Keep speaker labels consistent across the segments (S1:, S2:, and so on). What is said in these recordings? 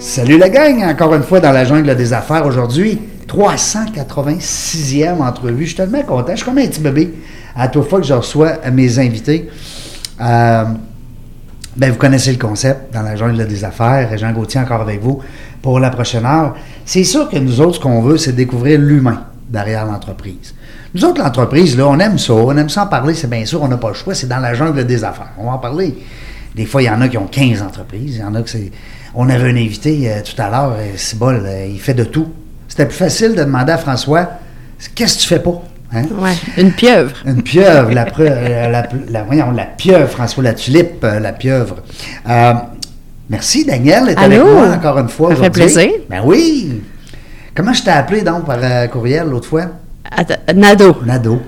S1: Salut la gang, encore une fois dans la jungle des affaires aujourd'hui. 386e entrevue. Je suis tellement content. Je suis comme un petit bébé à toute fois que je reçois mes invités. Euh, ben, vous connaissez le concept dans la jungle des affaires. Jean Gauthier encore avec vous pour la prochaine heure. C'est sûr que nous autres, ce qu'on veut, c'est découvrir l'humain derrière l'entreprise. Nous autres, l'entreprise, là, on aime ça, on aime ça en parler, c'est bien sûr, on n'a pas le choix, c'est dans la jungle des affaires. On va en parler. Des fois, il y en a qui ont 15 entreprises, il y en a que c'est... On avait un invité euh, tout à l'heure, euh, Cibol, euh, il fait de tout. C'était plus facile de demander à François, qu'est-ce que tu fais pas? Hein?
S2: Ouais, une pieuvre.
S1: Une pieuvre, la, preu- euh, la, la- voyons, la pieuvre, François, la tulipe, euh, la pieuvre. Euh, merci, Daniel, d'être avec
S2: Allô?
S1: moi encore une fois
S2: Ça fait
S1: aujourd'hui.
S2: plaisir.
S1: Ben oui! Comment je t'ai appelé, donc, par euh, courriel l'autre fois?
S2: Attends, Nado.
S1: Nado.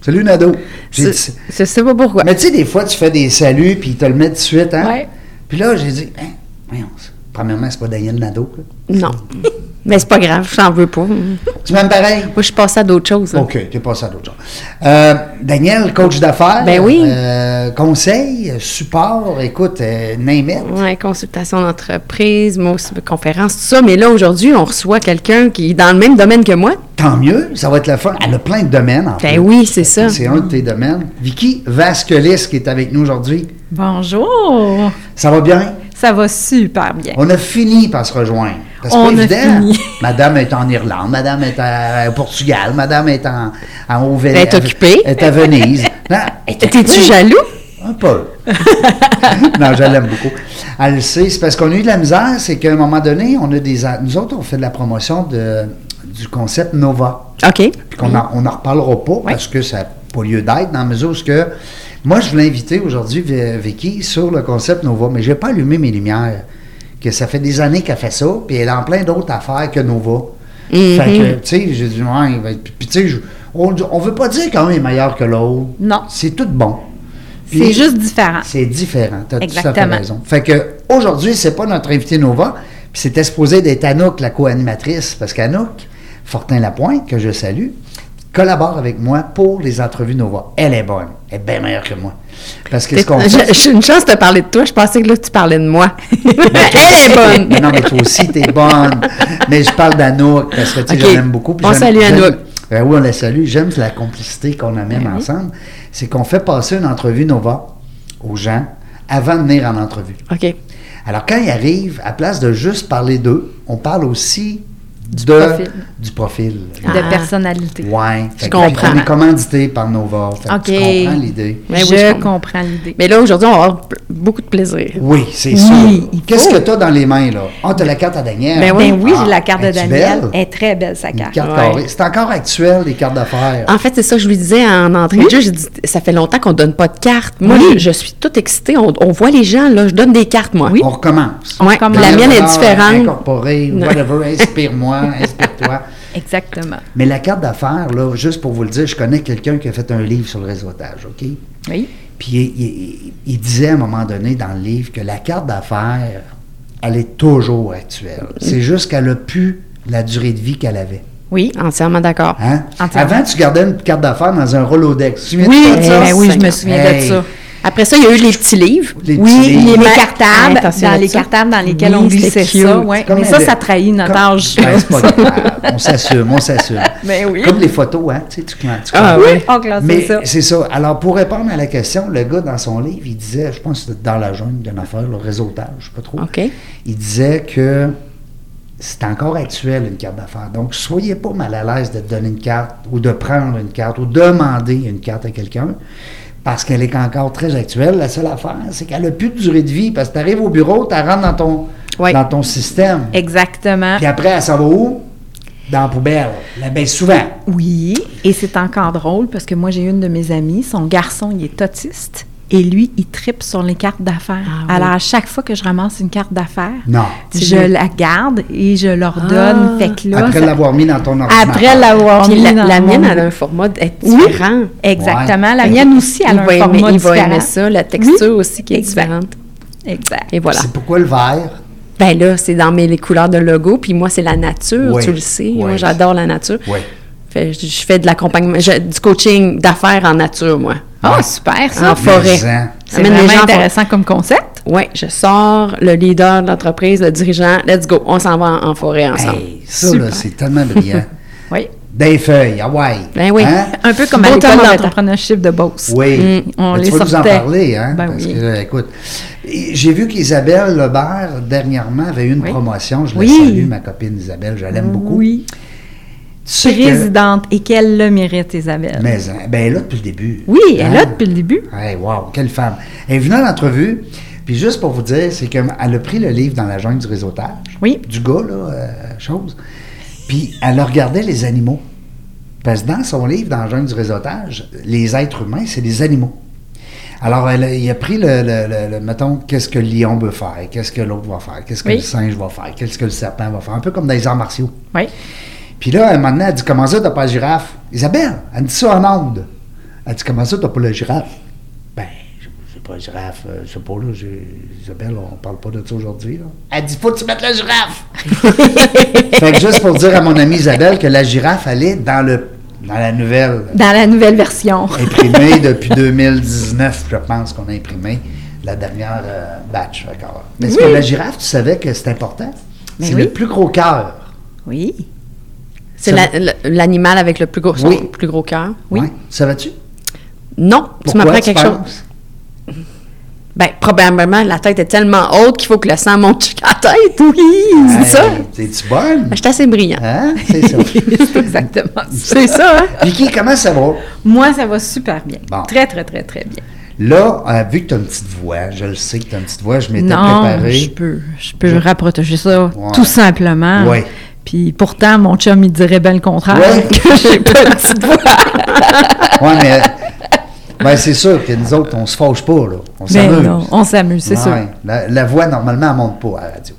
S1: Salut, Nado. J'ai
S2: C'est-
S1: dit-
S2: Je sais pas pourquoi.
S1: Mais tu sais, des fois, tu fais des saluts, puis ils te le mettent tout de suite, hein?
S2: Ouais.
S1: Puis là, j'ai dit, hein, voyons, c'est- premièrement, c'est pas Daniel Nado. là.
S2: Non. Mais c'est pas grave, je t'en veux pas. Moi,
S1: Tu m'aimes pareil?
S2: je suis passée à d'autres choses. hein. là.
S1: OK, tu es passé à d'autres choses. Euh, Daniel, coach d'affaires.
S2: Ben oui.
S1: euh, conseil, support, écoute, euh, name it.
S2: Ouais, consultation d'entreprise, moi aussi, conférence, tout ça. Mais là, aujourd'hui, on reçoit quelqu'un qui est dans le même domaine que moi.
S1: Tant mieux, ça va être le fun. Elle a plein de domaines, en
S2: Ben
S1: fait.
S2: oui, c'est ça.
S1: C'est un de tes domaines. Vicky Vasquelis qui est avec nous aujourd'hui.
S3: Bonjour!
S1: Ça va bien?
S3: Ça va super bien.
S1: On a fini par se rejoindre. Parce que
S3: On a
S1: c'est pas évident.
S3: fini.
S1: Madame est en Irlande, Madame est à- au Portugal, Madame est en, en au Ven-
S2: Elle est occupée.
S1: est à Venise. Non, elle est
S2: T'es-tu
S1: occupée.
S2: jaloux?
S1: Un peu. non, je l'aime beaucoup. Elle le sait, c'est parce qu'on a eu de la misère, c'est qu'à un moment donné, on a des. a- Nous autres, on fait de la promotion de, du concept Nova.
S2: OK.
S1: Puis qu'on en- on n'en reparlera pas parce que ça n'a pas lieu d'être, dans la mesure où ce que. Moi, je voulais inviter aujourd'hui Vi- Vicky sur le concept Nova, mais je n'ai pas allumé mes lumières. Que ça fait des années qu'elle fait ça, puis elle est en plein d'autres affaires que Nova.
S3: Mhm.
S1: Fait que, tu sais, j'ai dit, ouais, ben, puis, puis, tu sais, je- on ne veut pas dire qu'un est meilleur que l'autre.
S3: Non.
S1: C'est tout bon. Puis-
S3: C'est juste
S2: Ah.
S3: différent.
S1: c'est différent. Tu as tout à fait
S3: Exactement.
S1: raison. Fait que aujourd'hui, c'est pas notre invité Nova, puis c'était supposé d'être Anouk, la co-animatrice, parce qu'Anouk, Fortin Lapointe, que je salue, collabore avec moi pour les entrevues Nova. Elle est bonne. Elle est bien meilleure que moi. Parce que ce qu'on fait.
S2: J'ai j'ai une chance de parler de toi. Je pensais que là, tu parlais de moi. Elle est bonne.
S1: Mais non, mais toi aussi, t'es bonne. Mais je parle d'Anouk parce que tu sais,
S2: Ok.
S1: je l'aime beaucoup. puis
S2: On
S1: j'aime-
S2: salue
S1: j'aime-
S2: Anouk.
S1: Ben
S2: Ben
S1: oui, on la salue. J'aime la complicité qu'on amène ensemble. C'est qu'on fait passer une entrevue Nova aux gens avant de venir en entrevue.
S2: OK.
S1: Alors, quand ils arrivent, à place de juste parler d'eux, on parle aussi du
S3: profil.
S1: Du profil.
S3: De
S2: Ah.
S3: personnalité.
S1: Ouais. Fait que
S2: comprends.
S1: On est commandité par Nova. Fait que
S3: OK.
S1: Tu comprends l'idée.
S2: Mais oui,
S3: je
S2: je comprends.
S3: comprends l'idée.
S2: Mais là, aujourd'hui, on va avoir p- beaucoup de plaisir.
S1: Oui, c'est
S3: Oui,
S1: sûr.
S3: il
S1: Qu'est-ce que tu as dans les mains, là? Ah, tu la carte à Daniel.
S2: Ben
S3: Ben oui,
S1: Ah,
S3: j'ai la carte de
S1: es-tu
S3: Daniel.
S1: belle?
S3: Elle est très belle, sa
S1: Une
S3: carte.
S1: carte
S2: Ouais. Ah,
S1: carrée. C'est encore actuel, les cartes d'affaires.
S2: En fait, c'est ça que je lui disais en entrée de jeu. J'ai dit, ça fait longtemps qu'on donne pas de cartes. Moi, je, je suis toute excitée. On, on voit les gens, là. Je donne des cartes, moi.
S1: On recommence.
S2: Ouais,
S3: Comme
S2: la mienne est
S3: on
S1: Daniel Renard,
S2: différente.
S1: Incorporée,
S2: Non.
S1: whatever, inspire-moi, inspire-toi.
S3: Exactement.
S1: Mais la carte d'affaires, là, juste pour vous le dire, je connais quelqu'un qui a fait un livre sur le réseautage, OK?
S3: Oui.
S1: Puis il, il- il disait à un moment donné dans le livre que la carte d'affaires, elle est toujours actuelle. C'est juste qu'elle a plus la durée de vie qu'elle avait.
S3: Oui.
S2: Entièrement d'accord.
S1: Hein?
S3: Entièrement.
S1: Avant, tu gardais une carte d'affaires dans un Rolodex. Tu te souviens
S3: Ah, Oui,
S1: de ça?
S3: ben oui, je me
S2: Seigneur.
S3: souviens de
S1: Hey.
S3: ça.
S2: Après ça, il y a eu les petits livres.
S1: Les petits
S3: Oui,
S1: livres.
S3: les,
S2: Mais-
S3: cartables,
S2: Attention
S3: dans
S2: à
S3: les
S2: ça.
S3: cartables dans lesquels
S2: Oui,
S3: on glissait
S2: c'était
S3: ça.
S2: cute.
S3: ouais.
S1: Comme
S3: Mais
S1: un
S3: ça,
S1: dé-
S3: ça trahit notre
S1: comme-
S3: âge.
S1: Ben, c'est pas grave. On s'assume, on s'assume.
S3: Ben oui.
S1: Comme les photos, hein? Tu sais, tu, cla- tu cla-
S2: Ah oui.
S3: On classe
S1: Mais
S3: ça.
S1: c'est ça. Alors, pour répondre à la question, le gars, dans son livre, il disait, je pense que c'était dans la jungle d'une affaire, le réseautage, je sais pas trop.
S2: OK.
S1: Il disait que c'est encore actuel une carte d'affaires. Donc, soyez pas mal à l'aise de donner une carte ou de prendre une carte ou demander une carte à quelqu'un parce qu'elle est encore très actuelle. La seule affaire, c'est qu'elle n'a plus de durée de vie parce que tu arrives au bureau, tu rentres dans ton,
S2: Oui.
S1: dans ton système.
S4: Exactement.
S1: Puis après, ça va où? Dans la poubelle. La baisse souvent.
S4: Oui, et c'est encore drôle parce que moi, j'ai une de mes amies, son garçon, il est autiste. Et lui, il tripe sur les cartes d'affaires.
S2: Ah oui.
S4: Alors, à chaque fois que je ramasse une carte d'affaires,
S1: Non.
S2: Tu
S4: je
S2: veux-
S4: la garde et je l'ordonne.
S2: Ah.
S4: Fait que là,
S1: Après Ah,
S4: ça-
S1: l'avoir mis dans ton ordinateur.
S4: après l'avoir
S2: Puis
S4: mis
S2: la,
S4: dans
S2: la
S4: mon-
S2: mienne, elle a un format d- est différent.
S4: Exactement. La
S1: Ouais.
S4: mienne aussi, elle
S2: il
S4: a un
S2: va, aimer,
S4: format
S2: il va
S4: différent.
S2: aimer ça, la texture
S4: Oui,
S2: aussi qui est
S4: exact.
S2: différente.
S4: Exact.
S2: Et voilà.
S1: C'est pourquoi le verre?
S2: Ben là, c'est dans mes les couleurs de logo, puis moi, c'est la nature,
S1: Oui,
S2: tu le sais.
S1: oui.
S2: Moi, j'adore la nature.
S1: Oui.
S2: Fait, je, je fais de l'accompagnement, je- du coaching d'affaires en nature, moi.
S4: Ah, super, ça.
S2: En forêt.
S1: Amusant.
S4: C'est
S2: Amène les
S4: vraiment
S2: gens en forêt.
S4: intéressant comme concept.
S2: Oui, je sors, le leader de l'entreprise, le dirigeant, let's go, on s'en va en, en forêt ensemble.
S1: Hey, ça, là,
S4: Super.
S1: c'est tellement brillant.
S4: Oui.
S1: Des feuilles, ah ouais.
S2: Ben oui.
S1: Hein?
S4: Un peu comme à
S2: Beau
S4: l'école
S2: temps,
S4: d'entrepreneurship de Beauce.
S1: Oui.
S4: Mm, on
S1: Mais
S4: les
S1: tu vas nous en
S4: sortait.
S1: parler, hein?
S4: Ben
S1: parce
S4: oui.
S1: que, là, écoute, et j'ai vu qu'Isabelle Lebert, dernièrement, avait eu une
S4: Oui.
S1: promotion. Je
S4: Oui. Ah
S1: la salue, ma copine Isabelle, je l'aime beaucoup.
S4: Oui.
S1: Tu sais que-
S4: Présidente, et qu'elle le mérite, Isabelle.
S1: Mais hein, ben, elle est là depuis le début.
S4: Oui, elle est là
S1: Hein?
S4: depuis le début.
S1: Hey, wow, quelle femme. Elle est venue à l'entrevue, puis juste pour vous dire, c'est qu'elle a pris le livre dans la jungle du réseautage,
S4: Oui.
S1: du gars, là, euh, chose, puis elle regardait les animaux. Parce que dans son livre, dans la jungle du réseautage, les êtres humains, c'est des animaux. Alors, elle a, il a pris le, le- le- le- mettons, qu'est-ce que le lion peut faire, qu'est-ce que l'autre va faire, qu'est-ce que
S4: Oui.
S1: le singe va faire, qu'est-ce que le serpent va faire, un peu comme dans les arts martiaux.
S4: Oui.
S1: Puis là, à un moment donné, elle dit Comment ça, t'as pas la girafe Isabelle, elle me dit ça en onde. Elle dit Comment ça, t'as pas la girafe Ben, je sais pas, girafe, euh, je sais pas, là, j'ai- Isabelle, on parle pas de ça aujourd'hui. là. Elle dit Faut que tu mettes la girafe Fait que juste pour dire à mon amie Isabelle que la girafe, elle est dans, le, dans la nouvelle
S4: Dans la nouvelle version.
S1: imprimée depuis 2019, je pense qu'on a imprimé la dernière euh, batch encore. Mais c'est
S4: Oui.
S1: la girafe, tu savais que c'est important
S4: Mais
S1: C'est
S4: oui.
S1: le plus gros cœur.
S4: Oui.
S2: C'est la- le- l'animal avec le plus gros, son
S1: Oui.
S2: plus gros cœur.
S1: Oui. Savais-tu
S2: Non, tu
S1: Pourquoi
S2: m'apprends quelque chose.
S1: penses?
S2: Ben, probablement, la tête est tellement haute qu'il faut que le sang monte jusqu'à la tête. Oui, c'est
S1: Hey,
S2: ça. Ben,
S1: T'es-tu bonne?
S2: Je suis assez brillant.
S1: Hein? C'est ça.
S4: C'est exactement ça.
S2: C'est ça, hein?
S1: Vicky, comment ça va?
S4: Moi, ça va super bien.
S1: Bon.
S4: Très, très, très, très bien.
S1: Là, euh, vu que tu as une petite voix, je le sais que tu as une petite voix, je m'étais
S4: non,
S1: préparé.
S4: je peux, je peux rapprocher ça
S1: Ouais.
S4: tout simplement.
S1: Ouais.
S4: Puis pourtant, mon chum, il dirait bien le contraire.
S1: Ouais.
S4: Que j'ai pas de petite voix.
S1: Ouais, mais ben, c'est sûr que nous autres, on se fâche pas, là. On
S4: Ben
S1: s'amuse.
S4: non, on s'amuse, c'est
S1: Ouais,
S4: sûr.
S1: La, la voix, normalement, elle monte pas à la radio.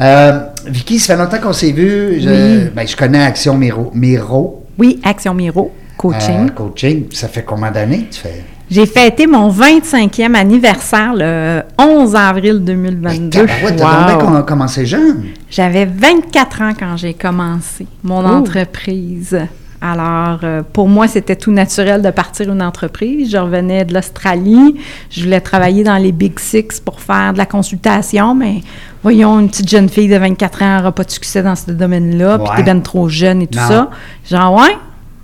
S1: Euh, Vicky, ça fait longtemps qu'on s'est vu. Je,
S4: Oui.
S1: ben, je connais Action Miro, Miro
S4: Oui, Action Miro,
S1: euh,
S4: coaching.
S1: coaching. Ça fait combien d'années que tu fais?
S4: J'ai fêté mon 25e anniversaire le 11 avril 2022.
S1: Ouais,
S2: Wow.
S1: t'as wow. commencé jeune.
S4: J'avais 24 ans quand j'ai commencé mon
S2: Ouh.
S4: entreprise. Alors, euh, pour moi, c'était tout naturel de partir une entreprise. Je revenais de l'Australie. Je voulais travailler dans les Big Six pour faire de la consultation, mais voyons, une petite jeune fille de 24 ans n'aura pas de succès dans ce domaine-là, puis
S1: Ouais.
S4: t'es ben trop jeune et tout
S1: Non.
S4: ça. Genre, ouais,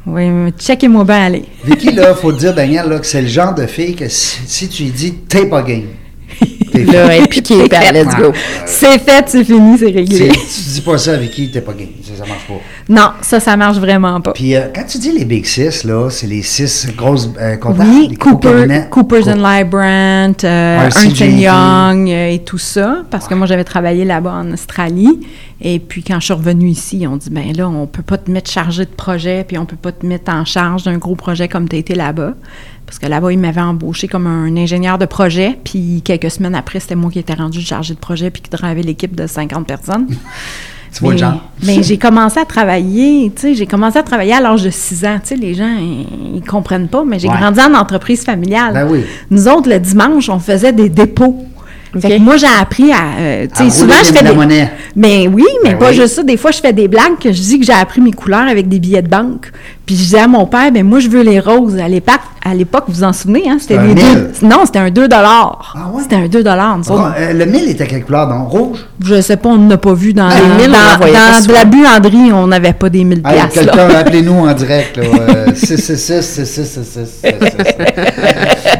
S4: oui, mais checkez-moi bien aller.
S1: Vicky, là, faut te dire, Daniel, là, que c'est le genre de fille que si, si tu lui dis t'es pas game, t'es faite.
S2: Là, et puis qui est ben, let's
S1: Euh,
S2: go.
S4: C'est fait, c'est fini, c'est
S1: C'est-
S4: réglé.
S1: Tu dis pas ça à Vicky, t'es pas game. Ça, ça marche pas.
S4: Non, ça, ça marche vraiment pas.
S1: Puis euh, quand tu dis les Big Six, là, c'est les six grosses euh, comptables.
S4: Oui,
S1: les gros
S4: Cooper,
S1: cabinets.
S4: Cooper's
S1: Cou-
S4: and Lybrand, euh,
S1: RCJP.
S4: Ernst Young euh, et tout ça, parce que moi j'avais travaillé là-bas en Australie. Et puis quand je suis revenue ici, on dit ben là, on peut pas te mettre chargé de projet, puis on peut pas te mettre en charge d'un gros projet comme tu as été là-bas. Parce que là-bas, ils m'avaient embauché comme un ingénieur de projet, puis quelques semaines après, c'était moi qui étais rendu chargé de projet, puis qui drivait l'équipe de 50 personnes.
S1: Tu vois le
S4: Mais-
S1: genre.
S4: Mais j'ai commencé à travailler, tu sais, j'ai commencé à travailler à l'âge de 6 ans. Tu sais, les gens, ils ils comprennent pas, mais j'ai
S1: Ouais.
S4: grandi en entreprise familiale.
S1: Ben oui.
S4: Nous autres, le dimanche, on faisait des dépôts. Fait
S2: Ok.
S4: que moi, j'ai appris à. euh, tu
S1: À
S4: sais, souvent,
S1: rouler
S4: je fais
S1: de la
S4: des.
S1: monnaie.
S4: Mais oui, mais
S1: Ben
S4: pas
S1: oui.
S4: juste ça. Des fois, je fais des blagues que je dis que j'ai appris mes couleurs avec des billets de banque. Puis je disais à mon père, ben moi, je veux les roses. À l'époque, à l'époque vous vous en souvenez, hein? C'était
S1: C'était
S4: des
S1: un
S4: deux-
S1: mille.
S4: Non, c'était un 2
S1: Ah ouais?
S4: C'était un 2 nous autres.
S1: Ro- euh, le mille était quelle couleur? Donc, rouge?
S4: Je sais pas, on n'a pas vu
S1: Ben,
S4: dans,
S2: Des mille, on en
S4: dans,
S2: voyait pas
S4: dans de
S2: souvent.
S4: la buanderie, on n'avait pas des 1000
S1: Hey,
S4: piastres.
S1: quelqu'un,
S4: là.
S1: appelez-nous en direct. Là, euh, 666-666-666.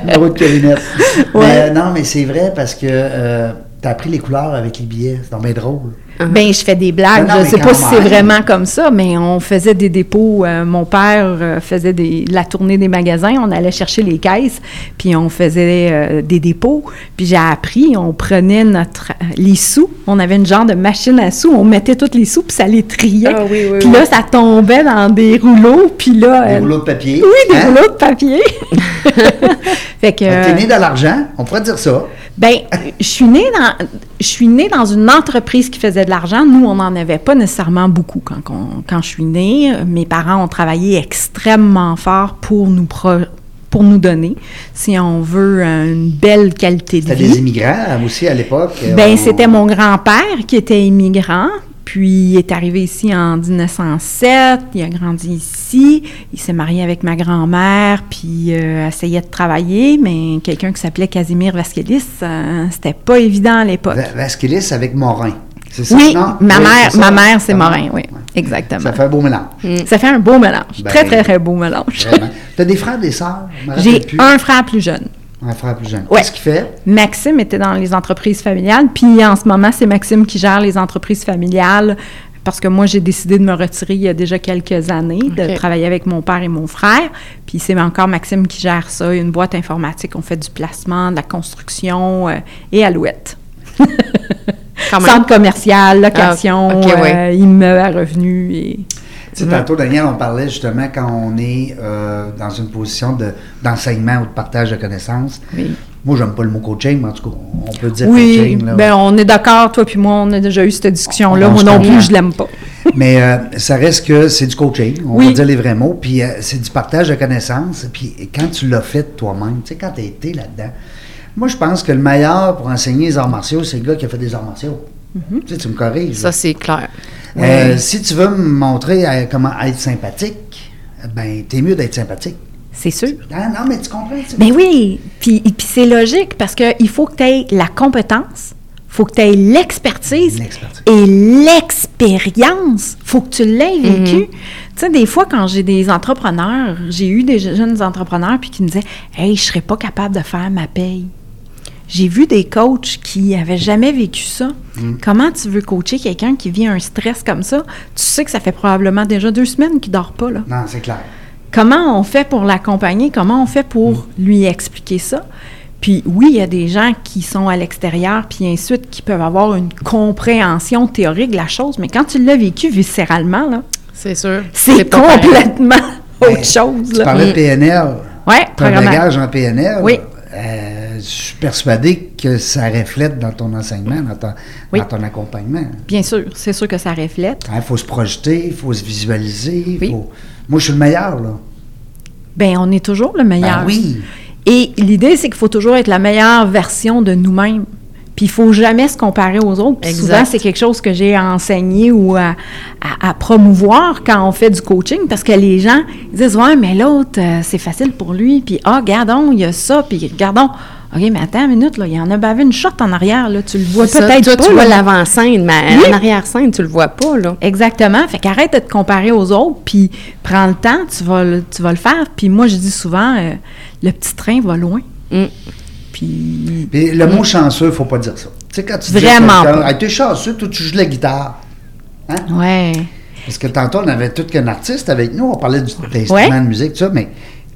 S1: Numéro de cabinet. Mais,
S4: Ouais.
S1: euh, non, mais c'est vrai parce que tu as appris les couleurs avec les billets. C'est donc bien drôle.
S2: Ah.
S3: Ben, je fais des blagues.
S1: Ben non,
S3: je
S1: mais
S3: sais
S1: quand
S3: pas si c'est
S1: même.
S3: vraiment comme ça, mais on faisait des dépôts. euh, mon père euh, faisait des, la tournée des magasins. On allait chercher les caisses, puis on faisait euh, des dépôts. Puis j'ai appris, on prenait notre les sous. On avait une genre de machine à sous. On mettait tous les sous, puis ça les triait.
S2: Ah oui, oui,
S3: puis
S2: oui.
S3: là, ça tombait dans des rouleaux. Puis là...
S1: Des
S3: euh,
S1: rouleaux de papier.
S3: oui, des
S1: hein?
S3: rouleaux de papier. fait que... euh,
S1: Fait que T'es né dans l'argent, on pourrait dire ça.
S3: Ben, je suis née dans je suis née dans une entreprise qui faisait de l'argent. Nous, on n'en avait pas nécessairement beaucoup quand qu'on- quand je suis née. Mes parents ont travaillé extrêmement fort pour nous pro- pour nous donner, si on veut, une belle qualité de
S1: T'as
S3: vie.
S1: des immigrants aussi à l'époque. euh,
S3: Ben,
S1: on-
S3: c'était mon grand-père qui était immigrant. Puis il est arrivé ici en 1907, il a grandi ici, il s'est marié avec ma grand-mère, puis euh, essayait de travailler, mais quelqu'un qui s'appelait Casimir Vasquelis, euh, c'était pas évident à l'époque.
S1: Va- Vasquelis avec Morin. C'est Ben, ça?
S3: Oui,
S1: non?
S3: ma,
S1: Oui,
S3: mère,
S1: c'est ça.
S3: ma mère, c'est
S1: Ah,
S3: Morin, oui,
S1: ouais.
S3: exactement.
S1: Ça fait un beau mélange.
S3: Ça fait un beau mélange,
S1: Ben,
S3: très, très, très beau mélange.
S1: Vraiment. T'as des frères, des sœurs? Je me
S3: J'ai
S1: rappelle plus.
S3: un frère plus jeune.
S1: Un frère plus jeune.
S3: Ouais.
S1: Qu'est-ce qu'il fait?
S3: Maxime était dans les entreprises familiales, puis en ce moment, c'est Maxime qui gère les entreprises familiales parce que moi, j'ai décidé de me retirer il y a déjà quelques années, de
S2: Ok.
S3: travailler avec mon père et mon frère. Puis c'est encore Maxime qui gère ça, une boîte informatique. On fait du placement, de la construction euh, et alouette.
S2: Quand même.
S3: Centre commercial, location,
S2: Ah, ok, ouais.
S3: euh, immeuble à revenus. Et... Mm-hmm.
S1: Tu sais, tantôt, Daniel, on parlait justement quand on est euh, dans une position de- d'enseignement ou de partage de connaissances.
S3: Oui.
S1: Moi, j'aime pas le mot coaching, mais en tout cas, on peut dire
S3: Oui,
S1: coaching. là.
S3: ben on est d'accord, toi puis moi, on a déjà eu cette discussion-là.
S1: On
S3: Moi
S1: se
S3: non
S1: comprend.
S3: plus, je l'aime pas.
S1: Mais euh, ça reste que c'est du coaching, on
S3: Oui.
S1: va dire les vrais mots, puis euh, c'est du partage de connaissances, puis quand tu l'as fait toi-même, tu sais, quand tu as été là-dedans, moi je pense que le meilleur pour enseigner les arts martiaux, c'est le gars qui a fait des arts martiaux.
S3: Mm-hmm.
S1: Tu sais, tu me corriges. là.
S2: Ça, c'est clair.
S1: Euh, Si tu veux me montrer euh, comment être sympathique, ben t'es mieux d'être sympathique.
S3: C'est sûr.
S1: Ah non, mais tu comprends. tu-
S3: Ben oui, puis, puis c'est logique parce qu'il faut que tu aies la compétence, faut que tu aies l'expertise
S1: L'expertise.
S3: et l'expérience, faut que tu l'aies vécu. Tu sais, des fois, quand j'ai des entrepreneurs, j'ai eu des je- jeunes entrepreneurs puis qui me disaient « Hey, je serais pas capable de faire ma paye. » J'ai vu des coachs qui avaient jamais vécu ça. Comment tu veux coacher quelqu'un qui vit un stress comme ça? Tu sais que ça fait probablement déjà deux semaines qu'il dort pas, là
S1: Non, c'est clair.
S3: comment on fait pour l'accompagner, comment on fait
S1: Mm.
S3: pour lui expliquer ça. Puis oui, il y a des gens qui sont à l'extérieur, puis ensuite qui peuvent avoir une compréhension théorique de la chose, mais quand tu l'as vécu viscéralement, là,
S2: C'est sûr.
S3: c'est
S2: pas pareil.
S3: complètement
S1: Ben,
S3: autre chose.
S1: Tu
S3: Là.
S1: parlais de PNL.
S3: Ouais,
S1: Ton
S3: programma-
S1: bagage en PNL.
S3: Oui.
S1: euh, je suis persuadé que ça reflète dans ton enseignement, dans ton,
S3: Oui.
S1: dans ton accompagnement.
S3: Bien sûr, c'est sûr que ça reflète.
S1: Il faut se projeter, il faut se visualiser.
S3: Oui.
S1: faut- Moi, je suis le meilleur, là.
S3: Ben, on est toujours le meilleur.
S1: Ben oui.
S3: Et l'idée, c'est qu'il faut toujours être la meilleure version de nous-mêmes. Puis il faut jamais se comparer aux autres. Puis
S2: Exact.
S3: souvent, c'est quelque chose que j'ai à enseigner ou à, à- à promouvoir quand on fait du coaching, parce que les gens ils disent ouais, mais l'autre, euh, c'est facile pour lui. Puis ah, gardons, il y a ça. Puis gardons. Ok, mais attends une minute, là, il y en a bavé une shot en arrière. Là, tu le vois
S2: Ça,
S3: peut-être
S2: toi,
S3: pas.
S2: tu vois
S3: là.
S2: l'avant-scène, mais
S3: Oui.
S2: en arrière-scène, tu le vois pas, là.
S3: Exactement. Fait qu'arrête de te comparer aux autres, puis prends le temps, tu vas le, tu vas le faire. Puis moi, je dis souvent, euh, le petit train va loin.
S2: Mm.
S3: Puis
S1: Puis le mot chanceux, faut pas dire ça. Tu sais, quand tu dis à
S3: Vraiment
S1: quelqu'un,
S3: pas.
S1: Hey, t'es chanceux, toi, tu joues de la guitare. Hein?
S3: ouais,
S1: Parce que tantôt, on avait tout qu'un artiste avec nous, on parlait du- d'instruments
S3: Ouais.
S1: de musique, tout ça, mais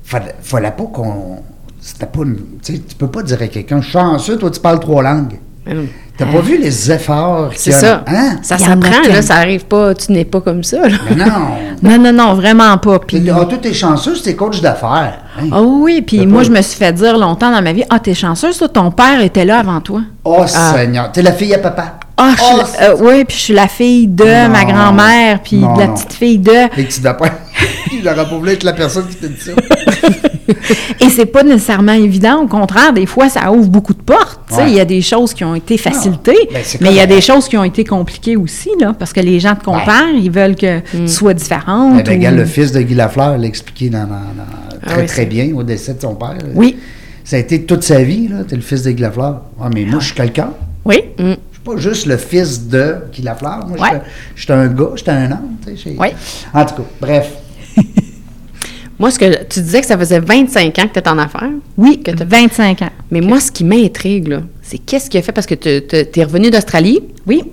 S1: fallait, fallait pas qu'on. C'était pas une- Tu sais, tu peux pas dire à quelqu'un, chanceux, toi, tu parles trois langues.
S2: Hum.
S1: T'as
S3: Ah.
S1: pas vu les efforts qu'il
S2: C'est
S1: y a-
S2: ça.
S1: Hein?
S2: Ça
S3: Il y en a
S2: s'apprend, là.
S3: tellement.
S2: Ça arrive pas, tu n'es pas comme ça, là.
S1: Mais non.
S3: non non non vraiment pas.
S1: Puis,
S3: Puis
S1: ah, toi, t'es chanceux, c'est coach d'affaires. Hein?
S3: ah oui,
S1: T'as
S3: puis moi
S1: pas-
S3: je me suis fait dire longtemps dans ma vie, ah t'es chanceuse, toi, ton père était là avant toi.
S1: Oh, Seigneur, t'es la fille à papa.
S3: Ah je suis
S1: Oh,
S3: la- euh, oui, puis je suis la fille de
S1: Non.
S3: ma grand-mère, puis
S1: Non,
S3: de la
S1: non.
S3: petite fille de.
S1: Et que tu dois pas. Il aurait pas voulu être la personne qui t'a dit ça.
S3: Et c'est pas nécessairement évident. Au contraire, des fois, ça ouvre beaucoup de portes. tu sais.
S1: Ouais.
S3: Il y a des choses qui ont été facilitées,
S1: ben, c'est
S3: mais il y a
S1: correct.
S3: des choses qui ont été compliquées aussi, là, parce que les gens te comparent, ils veulent que
S2: Mm.
S3: tu sois différente.
S1: Eh bien,
S3: ou-
S1: regarde, le fils de Guy Lafleur l'a expliqué dans, dans- dans-
S2: Ah
S1: très,
S2: oui,
S1: très
S2: c'est-
S1: bien au décès de son père.
S3: Oui.
S1: Ça a été toute sa vie, là. T'es le fils de Guy Lafleur. Ah, mais moi, je suis quelqu'un.
S3: Oui.
S1: Je
S2: Mm.
S1: suis pas juste le fils de Guy Lafleur. Moi, je suis
S3: Ouais.
S1: un- je suis un gars, je suis un homme. tu sais, j'ai-
S3: Ouais.
S1: En tout cas, bref.
S2: Moi, ce que tu disais que ça faisait 25 ans que tu étais en affaires.
S3: Oui,
S2: Que t'as-
S3: 25 ans.
S2: Mais moi, ce qui m'intrigue, là, c'est qu'est-ce qu'il a fait parce que tu es revenu d'Australie.
S3: Oui.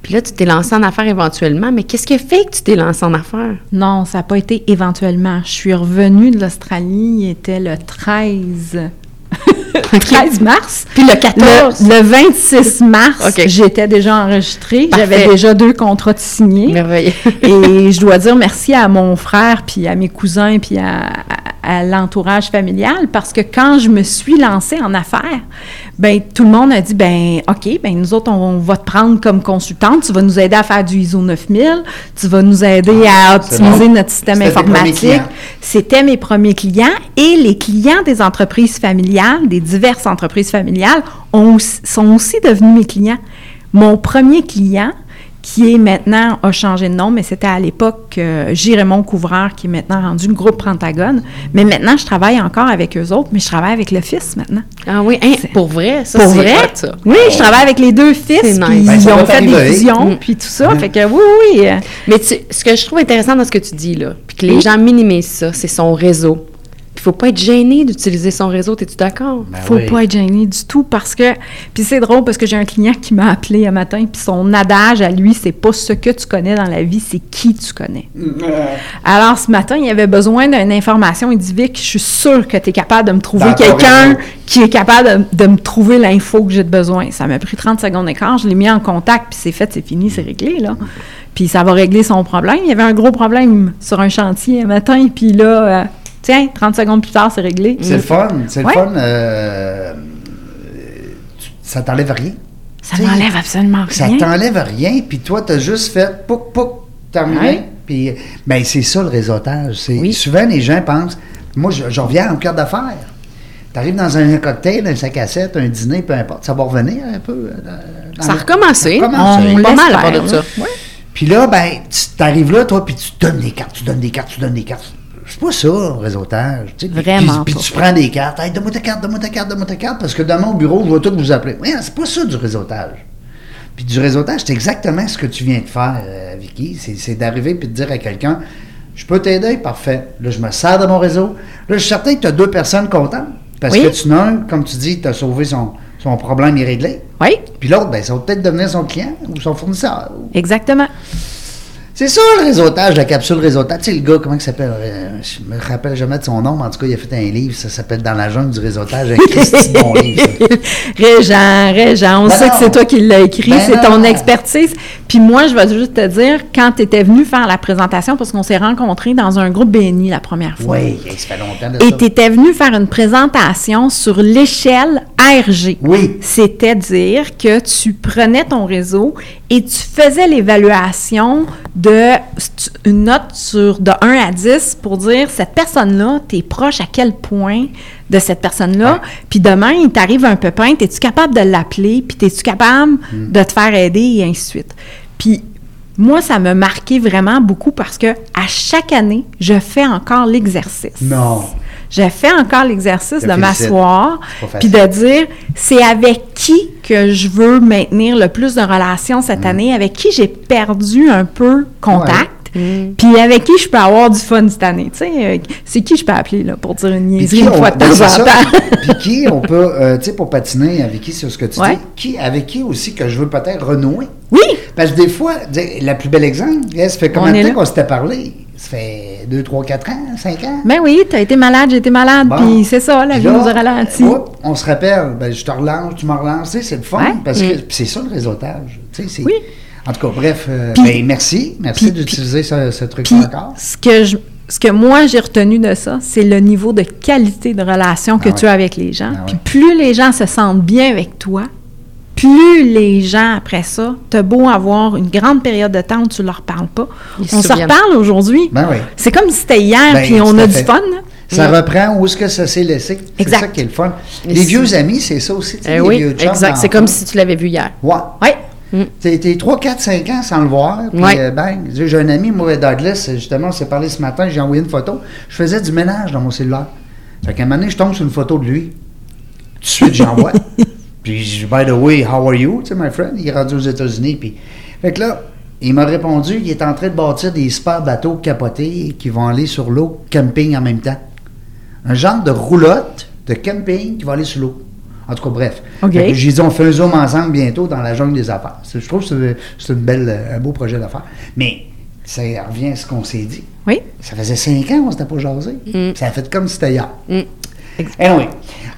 S2: Puis là, tu t'es lancé en affaires éventuellement, mais qu'est-ce qui a fait que tu t'es lancé en affaires?
S3: Non, ça n'a pas été éventuellement. Je suis revenue de l'Australie, il était le 13. 13 mars.
S2: Puis le 14.
S3: Le, le 26 mars,
S2: OK.
S3: j'étais déjà enregistrée.
S2: Parfait.
S3: J'avais déjà deux contrats de signés.
S2: Merveilleux.
S3: Et je dois dire merci à mon frère, puis à mes cousins, puis à, à- à l'entourage familial, parce que quand je me suis lancée en affaires, ben tout le monde a dit, ben OK, ben nous autres, on, va te prendre comme consultante, tu vas nous aider à faire du ISO 9000, tu vas nous aider à
S1: bon.
S3: optimiser notre système
S1: C'était tes premiers
S3: informatique.
S1: clients.
S3: C'était mes premiers clients et les clients des entreprises familiales, des diverses entreprises familiales, ont aussi- sont aussi devenus mes clients. Mon premier client, qui est maintenant, a changé de nom, mais c'était à l'époque euh, J. Raymond Couvreur, qui est maintenant rendu le groupe Pentagone. Mais maintenant, je travaille encore avec eux autres, mais je travaille avec le fils maintenant.
S2: Ah oui, hein, pour vrai, ça,
S3: Pour
S2: c'est
S3: vrai?
S2: hot, ça.
S3: Oui, je travaille avec les deux fils,
S2: C'est nice.
S3: puis
S2: Ben,
S3: ils
S1: ça va
S3: ont fait des
S1: t'arriver.
S3: fusions, puis tout ça. Fait que oui, oui, euh,
S2: Mais tu- ce que je trouve intéressant dans ce que tu dis, là, puis que les
S3: Mm.
S2: gens minimisent ça, c'est son réseau. Il faut pas être gêné d'utiliser son réseau, es-tu d'accord?
S1: Ben
S3: faut
S1: oui.
S3: pas être gêné du tout parce que puis c'est drôle parce que j'ai un client qui m'a appelé un matin puis son adage à lui c'est pas ce que tu connais dans la vie c'est qui tu connais. Alors ce matin il avait besoin d'une information il dit Vic je suis sûre que tu es capable de me trouver
S1: Dans ton
S3: quelqu'un
S1: réseau.
S3: qui est capable de, de me trouver l'info que j'ai de besoin. Ça m'a pris 30 secondes et quart, je l'ai mis en contact puis c'est fait c'est fini c'est réglé là. Puis ça va régler son problème. Il y avait un gros problème sur un chantier un matin puis là euh, tiens 30 secondes plus tard c'est réglé.
S1: C'est le fun, c'est
S3: Ouais.
S1: le fun. euh, tu- ça t'enlève rien.
S3: Ça
S1: Tu sais,
S3: n'enlève absolument
S2: Ah,
S1: Ça
S3: rien.
S1: t'enlève rien, puis toi, t'as juste fait pouc, pouc, terminé.
S3: Ouais.
S1: Puis, ben, c'est ça le réseautage. C'est,
S2: Oui.
S1: Souvent, les gens pensent. Moi, je, je reviens au cœur d'affaires. T'arrives dans un cocktail, un sac à 7, un dîner, peu importe. Ça va revenir un peu. euh, dans
S2: Ça a
S1: le-
S2: recommencé.
S1: Ça a recommencé.
S2: On pas mal à
S3: l'espère,
S2: part de ça.
S1: Puis là, ben, tu t'arrives là, toi, puis tu donnes des cartes, tu donnes des cartes, tu donnes des cartes. C'est pas ça, le réseautage. tu sais. Puis-
S3: Vraiment
S1: Puis,
S3: pas.
S1: puis tu prends des cartes. Hey, donne-moi ta carte, donne-moi ta carte, donne-moi ta carte, parce que demain au bureau, je vais tout vous appeler. Ouais, c'est pas ça du réseautage. Puis du réseautage, c'est exactement ce que tu viens de faire, euh, Vicky. C'est, c'est d'arriver puis de dire à quelqu'un Je peux t'aider, parfait. Là, je me sers de mon réseau. Là, je suis certain que tu as deux personnes contentes. Parce
S2: Oui.
S1: que tu n'as un, comme tu dis, tu as sauvé son, son problème il est réglé.
S3: Oui,
S1: Puis l'autre, ben, ça va peut-être devenir son client ou son fournisseur. ou-
S3: exactement.
S1: c'est ça le réseautage, la capsule réseautage. Tu sais, le gars, comment il s'appelle Euh, Je me rappelle jamais de son nom, mais en tout cas, il a fait un livre, ça s'appelle Dans la jungle du réseautage. Un Christy bon livre. ça.
S3: Régent, Régent, on
S1: Ben
S3: sait
S1: non.
S3: que c'est toi qui l'as écrit,
S1: Ben
S3: c'est ton
S1: non.
S3: expertise. Puis moi, je vais juste te dire, quand tu étais venu faire la présentation, parce qu'on s'est rencontrés dans un groupe BNI la première fois.
S1: Oui, hey, ça fait longtemps de
S3: Et
S1: ça.
S3: tu étais venu faire une présentation sur l'échelle RG.
S1: Oui.
S3: C'était dire que tu prenais ton réseau et tu faisais l'évaluation de stu- une note sur de 1 à 10 pour dire cette personne-là, tu es proche à quel point de cette personne-là. Puis demain, il t'arrive un pépin, es-tu capable de l'appeler? Puis es-tu capable de te faire aider et ainsi de suite? Puis moi, ça m'a marqué vraiment beaucoup parce que à chaque année, je fais encore l'exercice.
S1: Non.
S3: Je fais encore l'exercice
S1: Je
S3: de
S1: félicite.
S3: m'asseoir
S1: C'est pas
S3: puis
S1: facile.
S3: de dire c'est avec qui que je veux maintenir le plus de relations
S1: Mm.
S3: cette année, avec qui j'ai perdu un peu contact. Puis avec qui je peux avoir du fun cette année, tu sais, euh, c'est qui je peux appeler là pour dire une
S1: Puis
S3: niaiserie
S1: qui
S3: une
S1: on-
S3: fois de temps
S1: ben, c'est
S3: en
S1: ça.
S3: temps.
S1: Puis qui on peut, euh, tu sais, pour patiner avec qui sur ce que tu
S3: Ouais.
S1: dis, qui, avec qui aussi que je veux peut-être renouer.
S3: Oui,
S1: Parce que des fois, tu sais, la plus belle exemple, eh, ça fait
S3: On
S1: combien
S3: est
S1: de temps
S3: là.
S1: qu'on s'était parlé? Ça fait 2, 3, 4 ans, 5 ans?
S3: ben oui, t'as été malade, j'ai été malade,
S1: Bon.
S3: puis c'est ça, la
S1: Puis
S3: vie
S1: là,
S3: nous a ralenti.
S1: oups, on se rappelle, ben, je te relance, tu me relances, tu sais, c'est le fun,
S3: Ouais. Mm.
S1: parce que puis c'est ça le réseautage. tu sais, c'est-
S3: Oui.
S1: En tout cas, bref, euh,
S3: Puis-
S1: ben, merci, merci
S3: puis-
S1: d'utiliser ce, ce
S3: Puis
S1: truc-là encore.
S3: ce que je ce que moi j'ai retenu de ça, c'est le niveau de qualité de relation que
S1: Ah
S3: tu
S1: ouais.
S3: as avec les gens.
S1: Ah
S3: Puis
S1: ouais.
S3: plus les gens se sentent bien avec toi, plus les gens après ça, t'as beau avoir une grande période de temps où tu leur parles pas,
S2: Ils se
S3: on se
S2: souviennent.
S3: reparle aujourd'hui.
S1: Ben oui.
S3: C'est comme si c'était hier,
S1: Ben,
S3: puis on
S1: tout
S3: a
S1: à
S3: du
S1: fait.
S3: fun. là.
S1: Ça reprend où est-ce que ça s'est laissé. C'est
S3: Mm. Exact.
S1: ça qui est le fun.
S2: Et
S1: les
S2: si-
S1: vieux amis, c'est ça aussi. tu sais,
S2: Eh
S1: les
S2: oui,
S1: vieux chums
S2: exact. C'est
S1: d'enfants.
S2: comme si tu l'avais vu hier.
S1: Ouais.
S3: Ouais.
S1: T'es, t'es 3, 4, 5 ans sans le voir. Puis,
S2: Ouais.
S1: euh, bang. J'ai j'ai un ami, moi, Douglas, justement, on s'est parlé ce matin, j'ai envoyé une photo. Je faisais du ménage dans mon cellulaire. Fait qu'à un moment donné, je tombe sur une photo de lui. Tout de suite, j'envoie. puis, je dis, by the way, how are you? Tu sais, my friend, il est rendu aux États-Unis. Puis, fait que là, il m'a répondu, il est en train de bâtir des super bateaux capotés qui vont aller sur l'eau, camping en même temps. Un genre de roulotte de camping qui va aller sur l'eau. En tout cas, bref.
S3: OK.
S1: Fait que J'ai dit, on fait un zoom ensemble bientôt dans la jungle des affaires. C'est- Je trouve que c'est- c'est une belle, un beau projet d'affaires. Mais ça revient à ce qu'on s'est dit.
S3: Oui.
S1: Ça faisait cinq ans qu'on s'était pas jasé.
S3: Mm.
S1: Ça a fait comme si c'était hier.
S3: Exact.
S1: Anyway,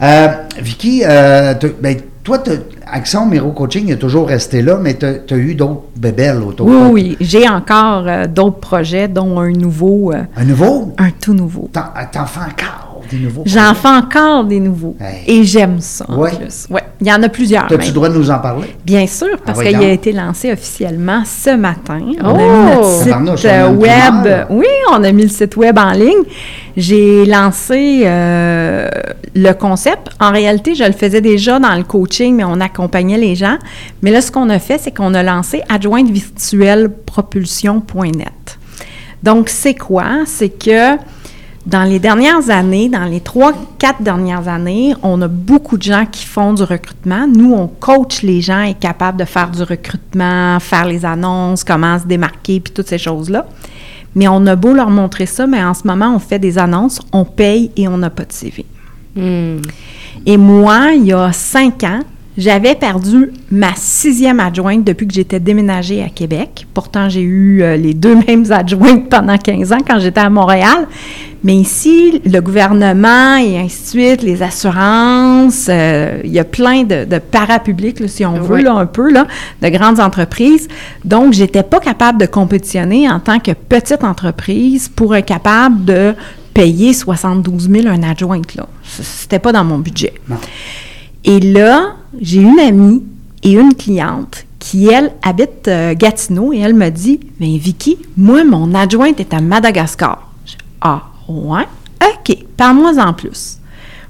S1: euh, Vicky, euh, t'as- ben, toi, t'as- Action Miro Coaching est toujours resté là, mais tu as eu d'autres bébelles autour.
S3: Oui,
S1: de toi.
S3: oui. J'ai encore euh, d'autres projets, dont un nouveau, euh,
S1: Un nouveau?
S3: un tout nouveau.
S1: T'en euh, t'en fais encore des nouveaux?
S3: J'en fais encore des nouveaux.
S1: Hey.
S3: Et j'aime ça, en
S1: Ouais.
S3: plus. Ouais. Il y en a plusieurs,
S1: T'as-tu
S3: même.
S1: le droit de nous en parler?
S3: Bien sûr, parce
S1: Ah,
S3: qu'il a
S1: voyons.
S3: été lancé officiellement ce matin.
S2: Oh!
S3: On a mis notre
S1: Tabarnouche,
S3: site
S1: on a
S3: euh,
S1: une
S3: web.
S1: primeur.
S3: Oui, on a mis le site web en ligne. J'ai lancé euh, le concept. En réalité, je le faisais déjà dans le coaching, mais on accompagnait les gens. Mais là, ce qu'on a fait, c'est qu'on a lancé adjointevirtuellepropulsion.net. Donc, c'est quoi? C'est que dans les dernières années, dans les trois, quatre dernières années, on a beaucoup de gens qui font du recrutement. Nous, on coach les gens et capables de faire du recrutement, faire les annonces, comment se démarquer, puis toutes ces choses-là. Mais on a beau leur montrer ça, mais en ce moment, on fait des annonces, on paye et on n'a pas de CV.
S2: Hmm.
S3: Et moi, il y a cinq ans, j'avais perdu ma sixième adjointe depuis que j'étais déménagée à Québec. Pourtant, j'ai eu euh, les deux mêmes adjointes pendant 15 ans quand j'étais à Montréal. Mais ici, le gouvernement et ainsi de suite, les assurances, euh, il y a plein de, de parapublics, là, si on veut,
S2: Oui.
S3: là, un peu, là, de grandes entreprises. Donc, j'étais pas capable de compétitionner en tant que petite entreprise pour être capable de payer 72 000 un adjoint. Là. C- C'était pas dans mon budget. Et là, j'ai une amie et une cliente qui, elle, habite euh, Gatineau et elle me dit Mais Vicky, moi, mon adjointe est à Madagascar. Je dis, ah, ouais? OK, parle-moi en plus.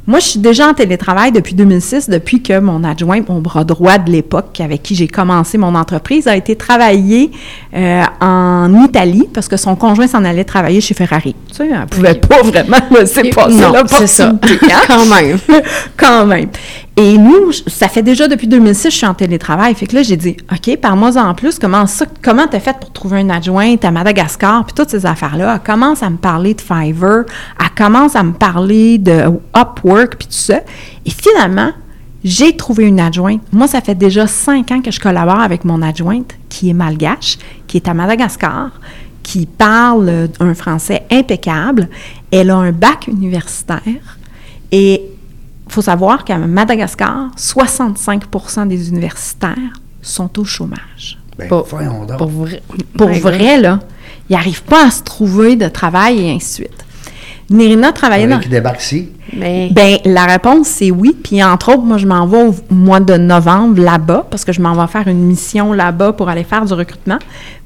S3: Moi, je suis déjà en télétravail depuis 2006, depuis que mon adjoint, mon bras droit de l'époque, avec qui j'ai commencé mon entreprise, a été travaillé euh, en Italie, parce que son conjoint s'en allait travailler chez Ferrari. Tu sais, elle pouvait pas vraiment laisser
S2: Et-
S3: passer
S2: non, c'est
S3: l'opportunité.
S2: ça.
S3: hein?
S2: Quand même.
S3: Quand même. Et nous, j- ça fait déjà depuis 2006 je suis en télétravail. Fait que là, j'ai dit, OK, par moi en plus, comment ça, comment t'as fait pour trouver une adjointe à Madagascar, puis toutes ces affaires-là. Elle commence à me parler de Fiverr, elle commence à me parler de Upwork, puis tout ça. Et finalement, j'ai trouvé une adjointe. Moi, ça fait déjà cinq ans que je collabore avec mon adjointe, qui est malgache, qui est à Madagascar, qui parle euh, un français impeccable. Elle a un bac universitaire. Et il faut savoir qu'à Madagascar, 65 des universitaires sont au chômage.
S1: Ben,
S2: Pas-
S1: voyons donc.
S2: Pour vrai.
S3: Pour
S2: My God.
S3: vrai, là, ils n'arrivent pas à se trouver de travail et ainsi de suite. Nirina travaillait
S1: Faudrait
S3: dans...
S1: qu'il débarque ici.
S2: Mais
S3: Ben, la réponse, c'est oui. Puis, entre autres, moi, je m'en vais au mois de novembre là-bas parce que je m'en vais faire une mission là-bas pour aller faire du recrutement.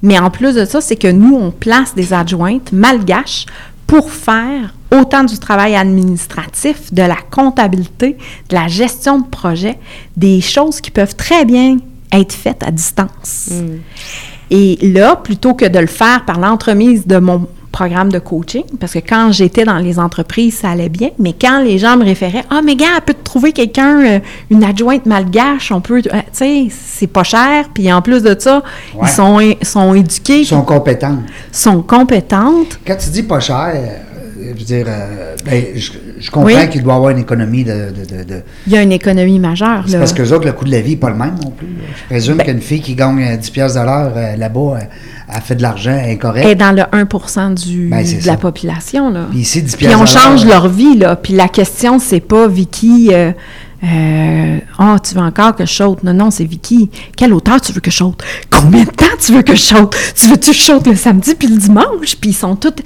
S3: Mais en plus de ça, c'est que nous, on place des adjointes malgaches pour faire autant du travail administratif, de la comptabilité, de la gestion de projet, des choses qui peuvent très bien être faites à distance. Et là, plutôt que de le faire par l'entremise de mon programme de coaching, parce que quand j'étais dans les entreprises, ça allait bien, mais quand les gens me référaient, « Ah, mais gars, elle peut te trouver quelqu'un, euh, une adjointe malgache, on peut... euh, Tu sais, c'est pas cher, puis en plus de ça,
S1: Ouais.
S3: ils sont, é- sont éduqués,
S1: Ils sont compétents.
S3: sont compétentes.
S1: Quand tu dis pas cher, euh, je veux dire, euh, ben, je, je comprends
S3: Oui.
S1: qu'il doit y avoir une économie de. de- de- de-
S3: Il y a une économie majeure,
S1: C'est
S3: là. Ben.
S1: parce que les autres, le coût de la vie n'est pas le même non plus. là. Je présume qu'une fille qui gagne euh, 10 piastres de l'heure euh, là-bas, elle, elle fait de l'argent elle est correcte.
S3: est dans le 1 du,
S1: Ben,
S3: de
S1: c'est ça.
S3: la population. Là.
S1: Puis ici, 10
S3: Puis
S1: piastres
S3: on
S1: à l'heure,
S3: change
S1: là.
S3: leur vie. Là. Puis la question, c'est pas Vicky, euh, euh, oh, tu veux encore que je saute. Non, non, c'est Vicky. Quelle hauteur tu veux que je saute? Combien de temps tu veux que je saute? Tu veux-tu que je saute le samedi puis le dimanche? Puis ils sont toutes.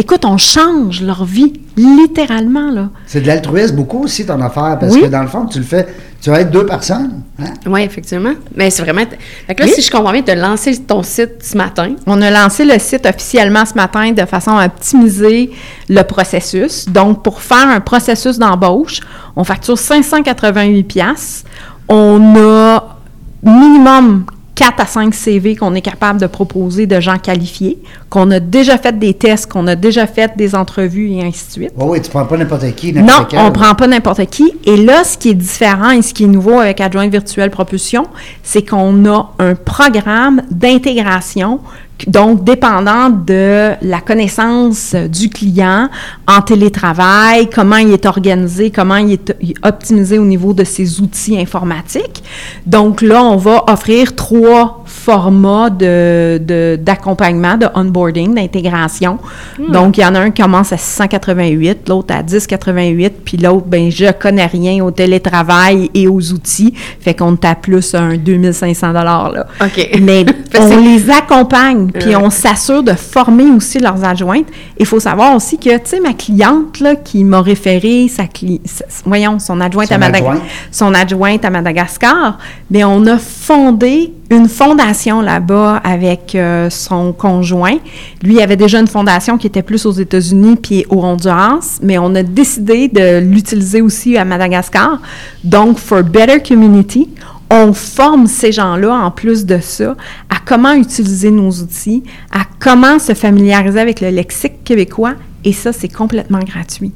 S3: Écoute, on change leur vie, littéralement. là.
S1: C'est de l'altruisme beaucoup aussi ton affaire, parce
S3: Oui.
S1: que dans le fond, tu le fais, tu vas être deux personnes. hein?
S2: oui, effectivement. Mais c'est vraiment. Fait que là,
S3: Oui.
S2: si je comprends bien, tu as lancé ton site ce matin.
S3: On a lancé le site officiellement ce matin de façon à optimiser le processus. Donc, pour faire un processus d'embauche, on facture 588 pièces. On a minimum 4 à 5 CV qu'on est capable de proposer de gens qualifiés, qu'on a déjà fait des tests, qu'on a déjà fait des entrevues et ainsi de suite.
S1: Oui, oui, tu prends pas n'importe qui,
S3: Non,
S1: n'importe quel.
S3: on prend pas n'importe qui. Et là, ce qui est différent et ce qui est nouveau avec Adjointe Virtuelle Propulsion, c'est qu'on a un programme d'intégration Donc, dépendant de la connaissance du client en télétravail, comment il est organisé, comment il est optimisé au niveau de ses outils informatiques. Donc là, on va offrir trois formats d'accompagnement, de, de, de onboarding, d'intégration. Hmm. Donc, il y en a un qui commence à 688, l'autre à 1088, puis l'autre, ben je connais rien au télétravail et aux outils. Fait qu'on tape plus un 2500 là.
S2: OK.
S3: Mais on les accompagne, puis on s'assure de former aussi leurs adjointes. Il faut savoir aussi que, tu sais, ma cliente, là, qui m'a référé, sa, cli sa, voyons, son adjointe son à Madagascar, son adjointe à Madagascar, mais on a fondé une fondation là-bas avec euh, son conjoint. Lui il avait déjà une fondation qui était plus aux États-Unis puis au Honduras, mais on a décidé de l'utiliser aussi à Madagascar. Donc, for better community, on forme ces gens-là, en plus de ça, à comment utiliser nos outils, à comment se familiariser avec le lexique québécois, et ça, c'est complètement gratuit.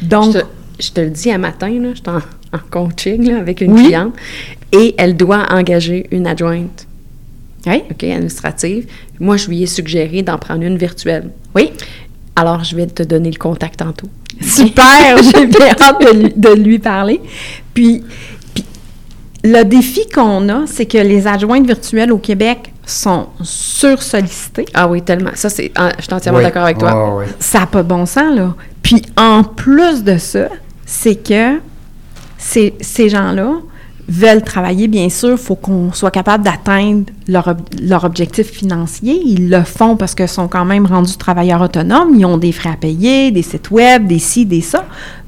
S2: Donc, je te, je te le dis un matin, là, je suis en, en, coaching là, avec une oui? cliente, et elle doit engager une adjointe.
S3: Oui.
S2: OK, administrative. Moi, je lui ai suggéré d'en prendre une virtuelle.
S3: Oui.
S2: Alors, je vais te donner le contact tantôt.
S3: Super! J'ai bien hâte de lui, de lui parler. Puis, le défi qu'on a, c'est que les adjointes virtuelles au Québec sont sursollicitées.
S2: Ah oui, tellement. Ça, c'est, je suis entièrement oui. d'accord avec toi.
S1: Ah, oui.
S3: Ça n'a pas de bon sens, là. Puis en plus de ça, c'est que ces, ces gens-là veulent travailler, bien sûr, il faut qu'on soit capable d'atteindre leur, ob leur, objectif financier. Ils le font parce qu'ils sont quand même rendus travailleurs autonomes. Ils ont des frais à payer, des sites web, des ci, des ça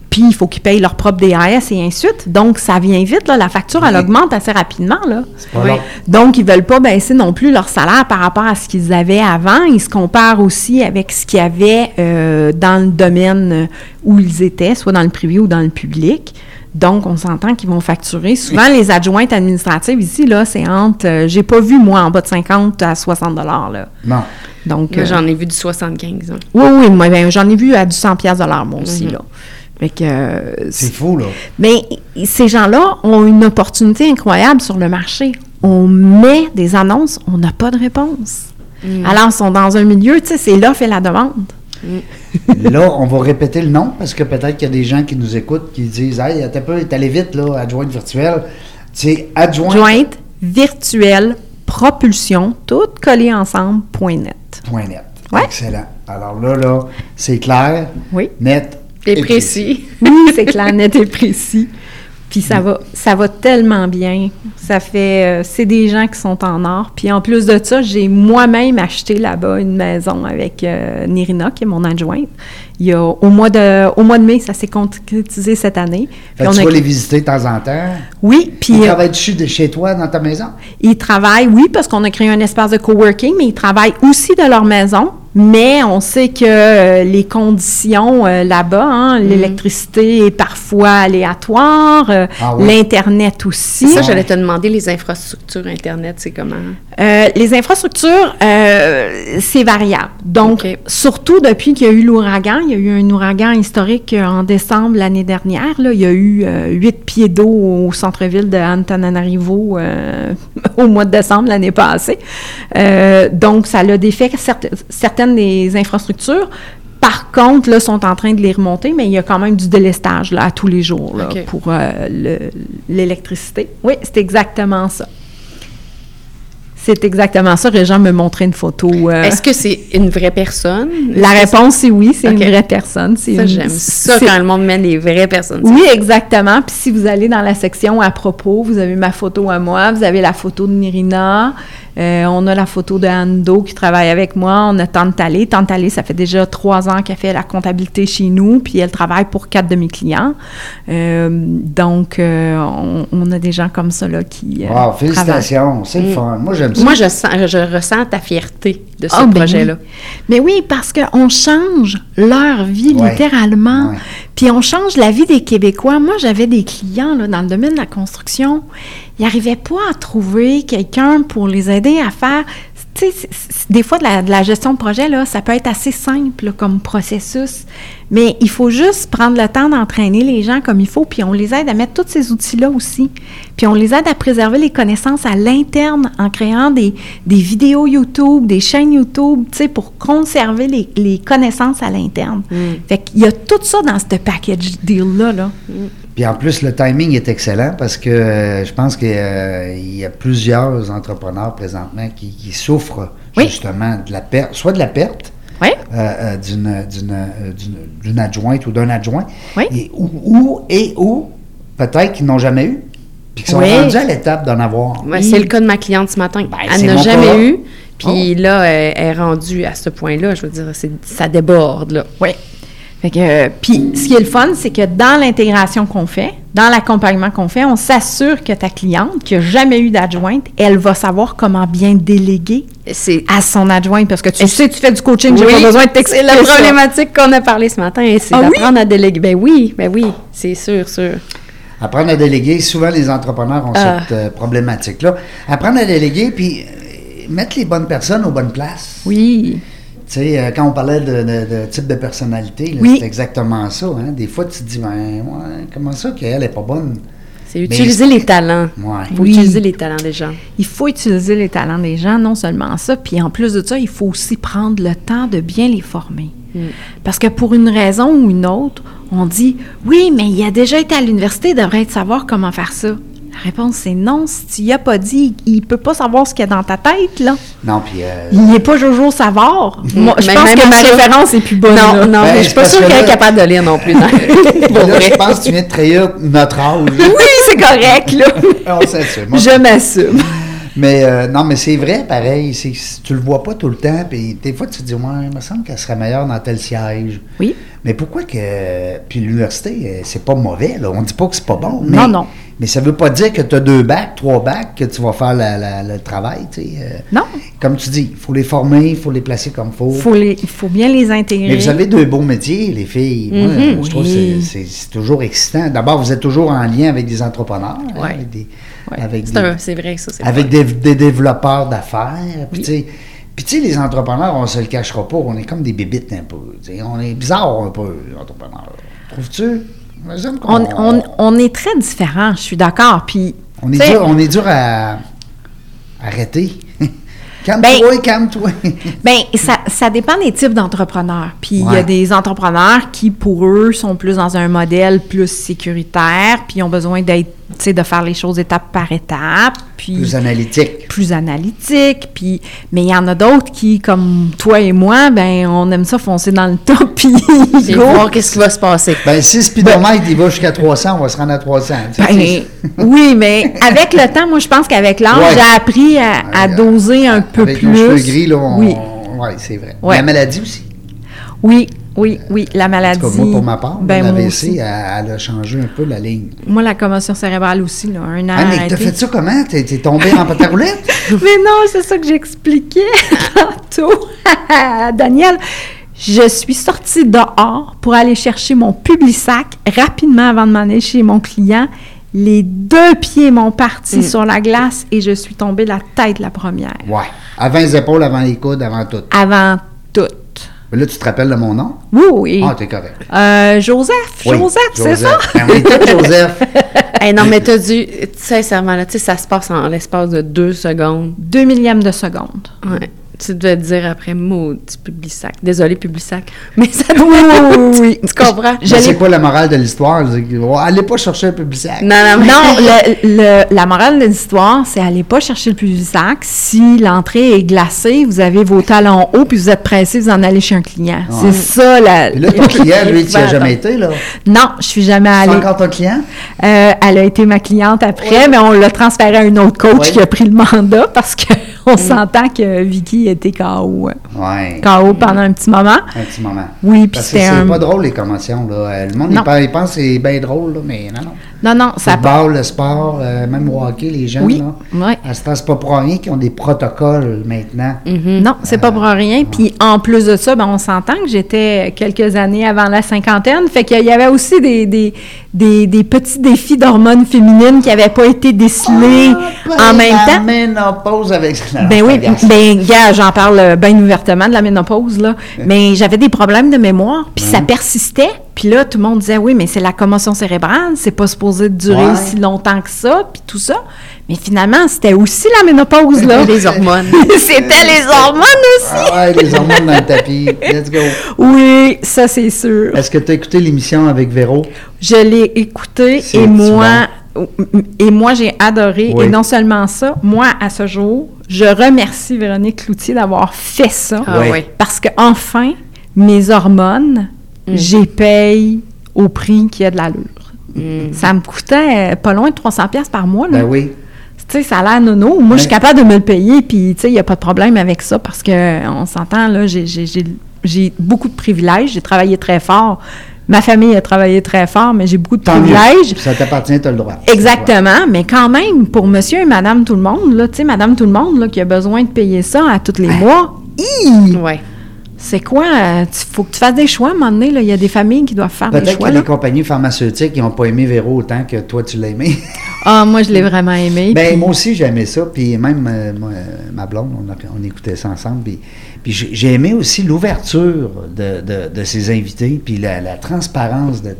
S3: puis il faut qu'ils payent leur propre DAS et ainsi de suite. Donc, ça vient vite, là, la facture, elle oui. augmente assez rapidement. Là.
S1: Oui.
S3: Donc, ils ne veulent pas baisser non plus leur salaire par rapport à ce qu'ils avaient avant. Ils se comparent aussi avec ce qu'il y avait euh, dans le domaine euh, où ils étaient, soit dans le privé ou dans le public. Donc, on s'entend qu'ils vont facturer. Souvent, oui. les adjointes administratives ici, là, c'est entre, euh, j'ai pas vu, moi, en bas de 50 à 60 là.
S1: Non.
S3: Donc,
S2: euh, j'en ai vu du 75. Hein.
S3: Oui, oui, moi, ben, j'en ai vu à du 100 moi aussi, mm -hmm. là.
S1: Euh, c'est fou, là.
S3: Mais ces gens-là ont une opportunité incroyable sur le marché. On met des annonces, on n'a pas de réponse. Mm. Alors, ils sont dans un milieu, tu sais, c'est l'offre et la demande.
S1: Mm. là, on va répéter le nom parce que peut-être qu'il y a des gens qui nous écoutent qui disent Hey, t'as peu, t'es allé vite, là, adjointe virtuelle. C'est adjointe.
S3: Jointe virtuelle propulsion, toutes collées ensemble, point net.
S1: Point net.
S3: Ouais.
S1: Excellent. Alors là, là, c'est clair,
S3: oui.
S1: net,
S2: et précis.
S3: oui, c'est clair, net et précis. Puis ça va, ça va tellement bien. Ça fait, euh, c'est des gens qui sont en or. Puis en plus de ça, j'ai moi-même acheté là-bas une maison avec euh, Nirina, qui est mon adjointe. Il y a, au mois de, au mois de mai, ça s'est concrétisé cette année.
S1: Fait on tu a... vas les visiter de temps en temps.
S3: Oui, puis
S1: ils euh, travaillent dessus de chez toi dans ta maison.
S3: Ils travaillent, oui, parce qu'on a créé un espace de coworking, mais ils travaillent aussi de leur maison. Mais on sait que euh, les conditions euh, là-bas, hein, mm. l'électricité est parfois aléatoire, euh, ah oui. l'Internet aussi.
S2: Ça, j'allais te demander, les infrastructures Internet, c'est comment?
S3: Euh, les infrastructures, euh, c'est variable. Donc, okay. surtout depuis qu'il y a eu l'ouragan, il y a eu un ouragan historique euh, en décembre l'année dernière. Là, il y a eu euh, huit pieds d'eau au centre-ville de Antananarivo euh, au mois de décembre l'année passée. Euh, donc, ça l'a défait certes, certaines des infrastructures. Par contre, là, sont en train de les remonter, mais il y a quand même du délestage là, à tous les jours là, okay. pour euh, l'électricité. Oui, c'est exactement ça. C'est exactement ça. Régent me montrait une photo.
S2: Euh, Est-ce que c'est une vraie personne?
S3: La réponse, c'est oui, c'est okay. une vraie personne.
S2: Ça, j'aime ça quand le monde met des vraies personnes.
S3: Oui, exactement. Puis si vous allez dans la section à propos, vous avez ma photo à moi, vous avez la photo de Nirina, euh, on a la photo de Ando qui travaille avec moi, on a Tante Talley. Tante Talley, ça fait déjà trois ans qu'elle fait la comptabilité chez nous, puis elle travaille pour quatre de mes clients. Euh, donc, euh, on, on, a des gens comme ça là, qui. euh,
S1: wow, félicitations, c'est le fun. Moi, j'aime
S2: moi, je, sens, je, ressens ta fierté de ce oh, projet-là.
S3: Ben oui. Mais oui, parce qu'on change leur vie ouais, littéralement. Ouais. Puis on change la vie des Québécois. Moi, j'avais des clients là, dans le domaine de la construction. Ils n'arrivaient pas à trouver quelqu'un pour les aider à faire. Tu sais, des fois, de la, de la, gestion de projet, là, ça peut être assez simple là, comme processus. Mais il faut juste prendre le temps d'entraîner les gens comme il faut, puis on les aide à mettre tous ces outils-là aussi. Puis on les aide à préserver les connaissances à l'interne en créant des, des vidéos YouTube, des chaînes YouTube, tu sais, pour conserver les, les connaissances à l'interne. Fait qu'il y a tout ça dans ce package deal-là, là.
S1: Puis en plus, le timing est excellent parce que euh, je pense qu'il y a plusieurs entrepreneurs présentement qui, qui souffrent
S2: Oui.
S1: justement de la perte, soit de la perte
S2: Oui.
S1: euh, euh, d'une- d'une euh, d'une- d'une adjointe ou d'un adjoint,
S2: Oui.
S1: et, ou, ou- et ou peut-être qu'ils n'ont jamais eu, puis qu'ils sont
S2: Oui.
S1: rendus à l'étape d'en avoir.
S2: Ouais, C'est le cas de ma cliente ce matin.
S1: Ben, c'est
S2: elle n'a
S1: mon
S2: jamais
S1: cas.
S2: eu. Puis là, elle, elle est rendue à ce point-là. Je veux dire, c'est- ça déborde. Là.
S3: Oui. Fait que, euh, puis ce qui est le fun, c'est que dans l'intégration qu'on fait, dans l'accompagnement qu'on fait, on s'assure que ta cliente, qui n'a jamais eu d'adjointe, elle va savoir comment bien déléguer
S2: C'est
S3: à son adjointe. Parce que tu sais, tu fais du coaching, j'ai
S2: Oui,
S3: pas besoin de
S2: C'est
S3: t'expliquer
S2: la
S3: ça.
S2: problématique qu'on a parlé ce matin, c'est
S3: Ah oui?
S2: d'apprendre à déléguer. Ben oui, ben oui, c'est sûr, sûr.
S1: Apprendre à déléguer, souvent les entrepreneurs ont
S2: Ah.
S1: cette euh, problématique-là. Apprendre à déléguer, puis euh, mettre les bonnes personnes aux bonnes places.
S3: Oui.
S1: Tu sais, euh, quand on parlait de, de- de type de personnalité, là,
S3: Oui.
S1: c'est exactement ça. hein. Des fois, tu te dis, ben, ouais, comment ça qu'elle n'est pas bonne?
S2: C'est utiliser les talents.
S1: Ouais.
S2: Il faut
S3: Oui.
S2: utiliser les talents des gens.
S3: Il faut utiliser les talents des gens, non seulement ça, puis en plus de ça, il faut aussi prendre le temps de bien les former. Parce que pour une raison ou une autre, on dit oui, mais il a déjà été à l'université, il devrait être savoir comment faire ça. La réponse c'est non, si tu y as pas dit, il peut pas savoir ce qu'il y a dans ta tête là.
S1: Non, puis. euh,
S3: Il n'est pas Jojo Savard. Moi, je
S2: Mais
S3: pense
S2: même
S3: que ma
S2: ça-
S3: référence est plus bonne.
S2: Non,
S3: là.
S2: non,
S1: Ben,
S2: mais je
S1: c'est
S2: suis pas
S1: parce
S2: sûre
S1: que
S2: qu'elle est
S1: là-
S2: capable de lire non plus. non. Pour
S1: là,
S2: vrai.
S1: je pense que tu viens de trahir notre âge. Ah,
S3: Oui, c'est correct là.
S1: on s'assume.
S3: je m'assume.
S1: Mais euh, non, mais c'est vrai, pareil. C'est, si tu le vois pas tout le temps, puis des fois, tu te dis, ouais, il me semble qu'elle serait meilleure dans tel siège.
S3: Oui.
S1: Mais pourquoi que. Puis l'université, euh, c'est pas mauvais, là. On dit pas que c'est pas bon. Mais,
S3: Non, non.
S1: Mais ça veut pas dire que tu as deux bacs, trois bacs, que tu vas faire la- la- le travail, tu sais. euh.
S3: Non.
S1: Comme tu dis, il faut les former, il faut les placer comme il faut.
S3: Faut les- Il faut bien les intégrer.
S1: Mais vous avez deux beaux métiers, les filles. Moi,
S2: Mhm.
S1: je trouve que
S3: Mm-hmm. Oui.
S1: c'est- c'est c'est toujours excitant. D'abord, vous êtes toujours en lien avec des entrepreneurs, hein,
S2: Ouais.
S1: avec, des,
S2: Ouais.
S1: avec,
S2: C'est
S1: des,
S2: un- C'est vrai, ça. c'est
S1: avec
S2: vrai.
S1: des, des développeurs d'affaires. Puis,
S2: Oui.
S1: tu sais- puis tu sais, les entrepreneurs, on se le cachera pas, on est comme des bébites un peu. tu sais. On est bizarre un peu, les entrepreneurs. Trouves-tu? Me semble qu'on-
S3: on, on- on est très différents, je suis d'accord. Puis,
S1: on est
S3: tu sais,
S1: dur, on est dur à arrêter. calme-toi, calme-toi.
S3: ben, ça, ça dépend des types d'entrepreneurs. Puis il y
S1: Ouais.
S3: a des entrepreneurs qui, pour eux, sont plus dans un modèle plus sécuritaire, puis ils ont besoin d'être, tu sais, de faire les choses étape par étape, puis
S1: Plus analytique.
S3: plus analytique. Puis, mais il y en a d'autres qui, comme toi et moi, ben, on aime ça foncer dans le top, puis
S2: C'est
S3: go.
S2: voir qu'est-ce qui va se passer.
S1: Ben, si le speedomètre, il va jusqu'à 300, on va se rendre à 300. tu sais.
S3: Ben, oui, mais avec le temps, moi, je pense qu'avec l'âge,
S1: Ouais.
S3: j'ai appris à, à doser un peu
S1: Avec
S3: plus.
S1: nos cheveux gris, là, on...
S3: Oui.
S1: ouais, c'est vrai.
S3: Ouais.
S1: La maladie aussi.
S3: Oui, oui, oui, la
S1: En
S3: maladie.
S1: tout cas, moi, pour ma part,
S3: ben, moi,
S1: l'AVC,
S3: aussi.
S1: elle, elle a changé un peu la ligne.
S3: moi, la commotion cérébrale aussi, là, un an
S1: Ah, mais
S3: arrêté.
S1: t'as fait ça comment? T'es t'es tombé en pâte à roulettes?
S3: Mais non, c'est ça que j'expliquais tantôt à Daniel. Je suis sortie dehors pour aller chercher mon public sac rapidement avant de m'en aller chez mon client. Les deux pieds m'ont parti sur la glace et je suis tombée la tête la première.
S1: Ouais. Avant les épaules, avant les coudes, avant tout.
S3: Avant tout.
S1: Mais Là, tu te rappelles de mon nom?
S3: Oui, oui.
S1: Ah, t'es correct.
S3: Euh, Joseph,
S1: Oui,
S3: Joseph, c'est ça?
S1: Ben, on est tous Joseph.
S2: Hey, non, mais t'as dû, sincèrement, là, tu sais, ça se passe en l'espace de deux secondes.
S3: Deux millièmes de seconde.
S2: Ouais. Tu devais te dire après, maudit Publisac. Désolé, Publisac. Mais ça
S3: Oui, oui, oui, oui.
S2: Tu comprends?
S1: Mais C'est quoi la morale de l'histoire? C'est que, oh, Allez pas chercher un public sac.
S2: Non, non, mais-
S3: Non, le- le- la morale de l'histoire, c'est aller pas chercher le plus sac. Si l'entrée est glacée, vous avez vos talons hauts puis vous êtes pressé, vous en allez chez un client.
S1: Ouais.
S3: C'est ça la.
S1: Puis là, ton client, lui, tu n'y as jamais été, là.
S3: Non, je suis jamais
S1: C'est
S3: allée.
S1: encore ton client?
S3: Euh, elle a été ma cliente après, mais on l'a transférée à un autre coach
S1: Ouais. Mm.
S3: qui a pris le mandat parce que on s'entend que Vicky était KO, euh,
S1: Ouais.
S3: KO pendant un petit moment.
S1: Un petit moment.
S3: Oui, puis
S1: Parce que
S3: c'était
S1: c'est
S3: un.
S1: pas drôle, les commotions, là. Euh, Le monde, il
S3: Non.
S1: pense, il pense que c'est bien drôle, là, mais non, non.
S3: Non, non, ça
S1: Le ball, le sport, euh, même au hockey, les jeunes,
S3: Oui,
S1: là.
S3: ouais. Mm.
S1: À ce temps, c'est pas pour rien qu'ils ont des protocoles maintenant.
S3: Non, c'est pas pour rien. Puis en plus de ça, ben, on s'entend que j'étais quelques années avant la cinquantaine. Fait qu'il y avait aussi des, des, des, des petits défis d'hormones féminines qui n'avaient pas été décelés en même
S1: la
S3: temps.
S1: ménopause avec ça. Ah,
S3: Ben oui,
S1: regarde.
S3: ben Ah, gars, j'en parle bien ouvertement de la ménopause là, mais j'avais des problèmes de mémoire, puis ça persistait, puis là tout le monde disait oui, mais c'est la commotion cérébrale, c'est pas supposé durer
S1: Ouais.
S3: si longtemps que ça, puis tout ça. Mais finalement, c'était aussi la ménopause là,
S2: Les hormones.
S3: c'était les hormones aussi.
S1: Ah ouais, les hormones dans le tapis. Let's go.
S3: Oui, ça c'est sûr.
S1: Est-ce que tu as écouté l'émission avec Véro?
S3: Je l'ai écouté
S1: C'est
S3: et moi,
S1: souvent.
S3: et moi j'ai adoré.
S1: Oui.
S3: Et non seulement ça, moi à ce jour, je remercie Véronique Cloutier d'avoir fait ça.
S2: Ah
S1: Ouais.
S2: oui.
S3: Parce que enfin, mes hormones, j'ai paye au prix qui a de l'allure. Ça me coûtait euh, pas loin de 300 pièces par mois. Là.
S1: Ben oui.
S3: Tu sais, ça a l'air nono. Moi, je suis
S1: Ouais.
S3: capable de me le payer, puis tu sais, il n'y a pas de problème avec ça parce que on s'entend, là, j'ai- j'ai- j'ai j'ai beaucoup de privilèges. J'ai travaillé très fort. Ma famille a travaillé très fort, mais j'ai beaucoup de
S1: Tant mieux.
S3: privilèges.
S1: Ça t'appartient, tu as le droit.
S3: Exactement, mais quand même, pour monsieur et madame tout le monde, là, tu sais, madame tout le monde, là, qui a besoin de payer ça à tous les mois, hi!
S2: Ouais.
S3: C'est quoi? Il faut que tu fasses des choix à un moment donné. là. Il y a des familles qui doivent faire des
S1: Peut-être que
S3: choix. là.
S1: les compagnies pharmaceutiques n'ont pas aimé Véro autant que toi, tu l'as aimé.
S3: Ah, moi, je l'ai vraiment aimé.
S1: Ben,
S3: puis-
S1: moi aussi, j'aimais ça. Puis même euh, moi, euh, ma blonde, on, a- on écoutait ça ensemble. Puis, puis j'ai j'ai aimé aussi l'ouverture de, de, de ses invités, puis la, la transparence de. de-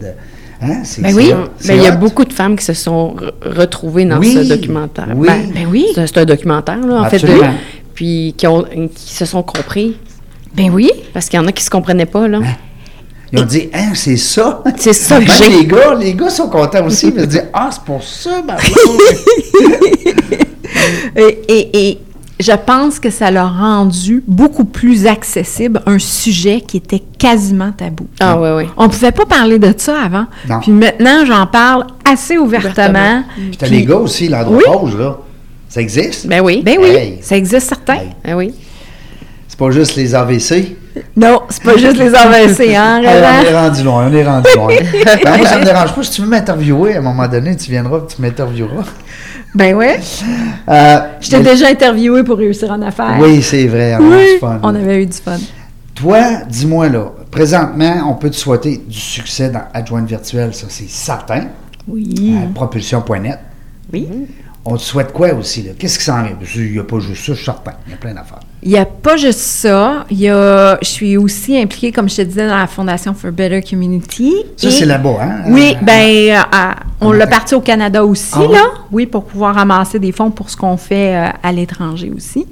S1: hein, c'est-
S2: Ben
S1: c'est
S2: oui,
S1: hot, c'est
S2: mais il y a
S1: hot.
S2: beaucoup de femmes qui se sont re- retrouvées dans
S1: Oui,
S2: ce documentaire.
S1: oui.
S2: Ben, ben oui. C'est un- c'est un documentaire, là, en fait.
S1: Absolument.
S2: de- puis qui, ont, qui se sont compris.
S3: Ben oui.
S2: Parce qu'il y en a qui se comprenaient pas, là.
S1: Hein? Ils ont dit, hein, c'est ça.
S2: C'est ça que
S1: Même
S2: j'ai.
S1: les gars, les gars sont contents aussi. Ils se disent, ah, c'est pour ça, ma blonde.
S3: Et, Euh, et- et je pense que ça l'a rendu beaucoup plus accessible un sujet qui était quasiment tabou.
S2: Ah ouais, ouais.
S3: On pouvait pas parler de ça avant.
S1: Non.
S3: Puis maintenant, j'en parle assez ouvertement.
S2: Ouvertement.
S1: Puis t'as les gars aussi, l'andropause, là. Ça existe.
S2: Ben oui.
S3: Ben oui,
S1: Hey.
S3: ça existe certain.
S1: Hey.
S2: Ben oui.
S1: C'est pas juste les AVC.
S3: Non, c'est pas juste les AVC, hein,
S1: Hey, on est
S3: Roland?
S1: rendu loin, on est rendu loin. Ben, moi, ça me dérange pas. Si tu veux m'interviewer, à un moment donné, tu viendras, tu m'intervieweras.
S3: Ben oui.
S1: Euh,
S3: Je t'ai
S1: mais-
S3: déjà interviewé pour réussir en affaires.
S1: Oui, c'est vrai. On a
S3: Oui,
S1: du fun.
S3: on avait eu du fun.
S1: Toi, dis-moi là, présentement, on peut te souhaiter du succès dans Adjointe virtuelle, ça c'est certain,
S3: Oui.
S1: à propulsion.net.
S3: Oui.
S1: On te souhaite quoi aussi? là? Qu'est-ce qui s'en vient? Parce qu'il n'y a pas juste ça, je suis certain. Il y a plein d'affaires.
S3: Il n'y a pas juste ça. Il y a, je suis aussi impliquée, comme je te disais, dans la Fondation for Better Community.
S1: Ça,
S3: Et-
S1: c'est là-bas, hein?
S3: Oui,
S1: Euh,
S3: ben, euh, à- on l'a parti au Canada aussi,
S1: Ah oui?
S3: là. Oui, pour pouvoir ramasser des fonds pour ce qu'on fait euh, à l'étranger aussi.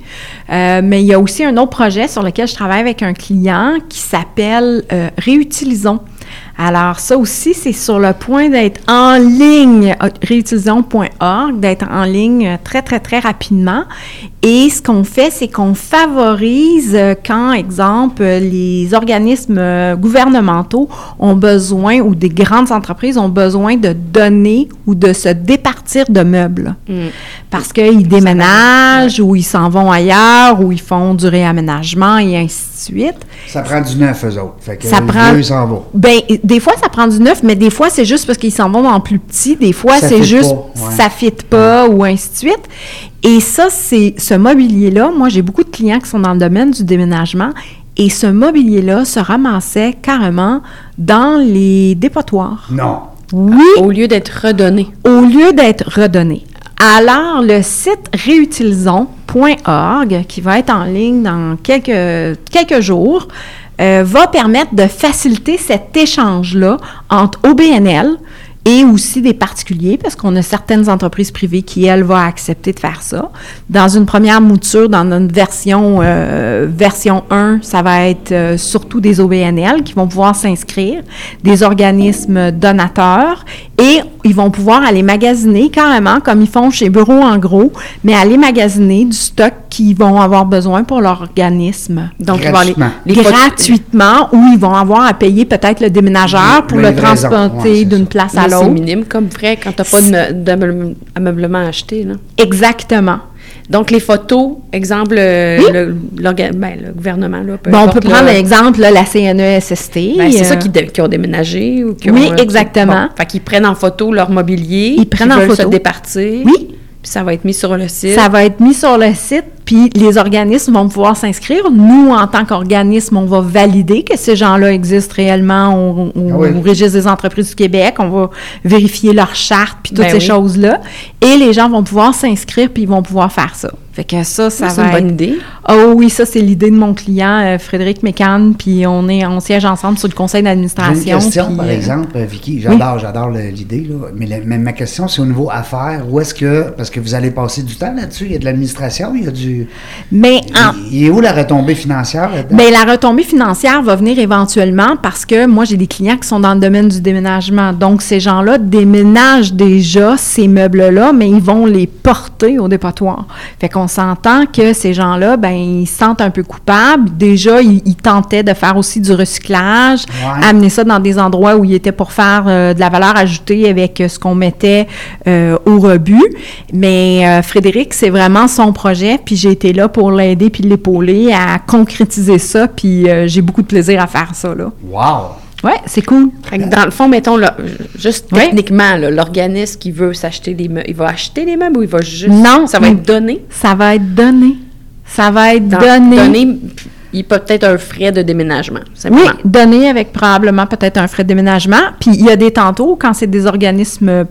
S3: Euh, mais il y a aussi un autre projet sur lequel je travaille avec un client qui s'appelle euh, Réutilisons. Alors, ça aussi, c'est sur le point d'être en ligne, euh, réutilisons.org, d'être en ligne euh, très, très, très rapidement. Et ce qu'on fait, c'est qu'on favorise euh, quand, exemple, euh, les organismes euh, gouvernementaux ont besoin ou des grandes entreprises ont besoin de donner ou de se départir de meubles. Parce qu'ils déménagent ou ils s'en vont ailleurs ou ils font du réaménagement et ainsi de suite.
S1: Ça prend du neuf, eux autres. Fait que
S3: Ça
S1: le
S3: prend-
S1: vieux, il s'en va.
S3: Ben, des fois, ça prend du neuf, mais des fois, c'est juste parce qu'ils s'en vont en plus petit. Des fois,
S1: Ça
S3: c'est
S1: fit
S3: juste
S1: pas, ouais.
S3: ça fit pas ou ainsi de suite. Et ça, c'est ce mobilier-là. Moi, j'ai beaucoup de clients qui sont dans le domaine du déménagement. Et ce mobilier-là se ramassait carrément dans les dépotoirs.
S1: Non.
S3: Oui,
S2: Au lieu d'être redonné.
S3: au lieu d'être redonné. Alors, le site réutilisons.org, qui va être en ligne dans quelques, quelques jours, euh, va permettre de faciliter cet échange-là entre OBNL et aussi des particuliers, parce qu'on a certaines entreprises privées qui, elles, vont accepter de faire ça. Dans une première mouture, dans notre version, euh, version 1, ça va être euh, surtout des OBNL qui vont pouvoir s'inscrire, des organismes donateurs, et ils vont pouvoir aller magasiner carrément, comme ils font chez Bureau en gros, mais aller magasiner du stock qu'ils vont avoir besoin pour leur organisme.
S2: Donc, ils vont aller-
S1: Gratuitement.
S2: les photos-
S3: gratuitement, ou ils vont avoir à payer peut-être le déménageur pour
S1: La
S3: le
S1: livraison,
S3: transporter
S1: ouais, c'est
S3: d'une
S1: ça.
S3: place à
S2: Mais C'est
S3: l'autre.
S2: minime comme frais quand t'as pas de me- d'ameuble- d'ameublement à acheter, là.
S3: Exactement.
S2: Donc, les photos, exemple, euh, le, l'orga- ben, le gouvernement, là, peu
S3: Bon, on
S2: importe,
S3: peut prendre
S2: là,
S3: l'exemple, là, la E CNESST.
S2: ben, c'est
S3: euh,
S2: ça qui, dé- qui ont déménagé ou qui ont-
S3: Oui,
S2: euh,
S3: exactement.
S2: bon, fait qu'ils prennent en photo leur mobilier,
S3: Ils prennent
S2: qu'ils
S3: en
S2: veulent se
S3: photo.
S2: départir.
S3: Oui.
S2: Puis ça va être mis sur le site.
S3: Ça va être mis sur le site, puis les organismes vont pouvoir s'inscrire. Nous, en tant qu'organisme, on va valider que ces gens-là existent réellement au, au-
S1: Ah oui.
S3: au registre des entreprises du Québec. On va vérifier leurs chartes, puis toutes
S2: Ben
S3: ces
S2: oui.
S3: choses-là. Et les gens vont pouvoir s'inscrire, puis ils vont pouvoir faire ça. Fait que ça,
S2: Ça,
S3: ça
S2: c'est
S3: va
S2: une
S3: être-
S2: bonne idée.
S3: Oh oui, ça, c'est l'idée de mon client, euh, Frédéric Mécan, puis on, est, on siège ensemble sur le
S1: J'ai
S3: conseil
S1: une
S3: d'administration.
S1: question,
S3: puis,
S1: par
S3: euh,
S1: exemple, euh, Vicky. J'adore, j'adore le- l'idée, là. Mais, la- mais ma question, c'est au niveau affaires. Où est-ce que. Parce que vous allez passer du temps là-dessus. Il y a de l'administration, il y a du.
S3: Mais en,
S1: Il, il est où la retombée financière là-dedans?
S3: Mais Ben, la retombée financière va venir éventuellement parce que moi, j'ai des clients qui sont dans le domaine du déménagement. Donc, ces gens-là déménagent déjà ces meubles-là, mais ils vont les porter au dépotoir. Fait qu'on s'entend que ces gens-là, ben, ils se sentent un peu coupables. Déjà, ils, ils tentaient de faire aussi du recyclage,
S1: Ouais.
S3: amener ça dans des endroits où ils étaient pour faire euh, de la valeur ajoutée avec euh, ce qu'on mettait euh, au rebut. Mais euh, Frédéric, c'est vraiment son projet, puis j'ai été là pour l'aider puis l'épauler à concrétiser ça, puis euh, j'ai beaucoup de plaisir à faire ça, là.
S1: Wow!
S3: Ouais, c'est cool.
S2: Fait que dans le fond, mettons, là, juste
S3: Oui.
S2: techniquement, là, l'organisme qui veut s'acheter des meubles, il va acheter des meubles ou il va juste.
S3: Non,
S2: Ça va
S3: non.
S2: être donné.
S3: Ça va être donné. Ça va être
S2: Dans-
S3: donné.
S2: il peut peut-être un frais de déménagement,
S3: Oui,
S2: simplement.
S3: donné avec probablement peut-être un frais de déménagement. Puis il y a des tantôt, quand c'est des organismes euh,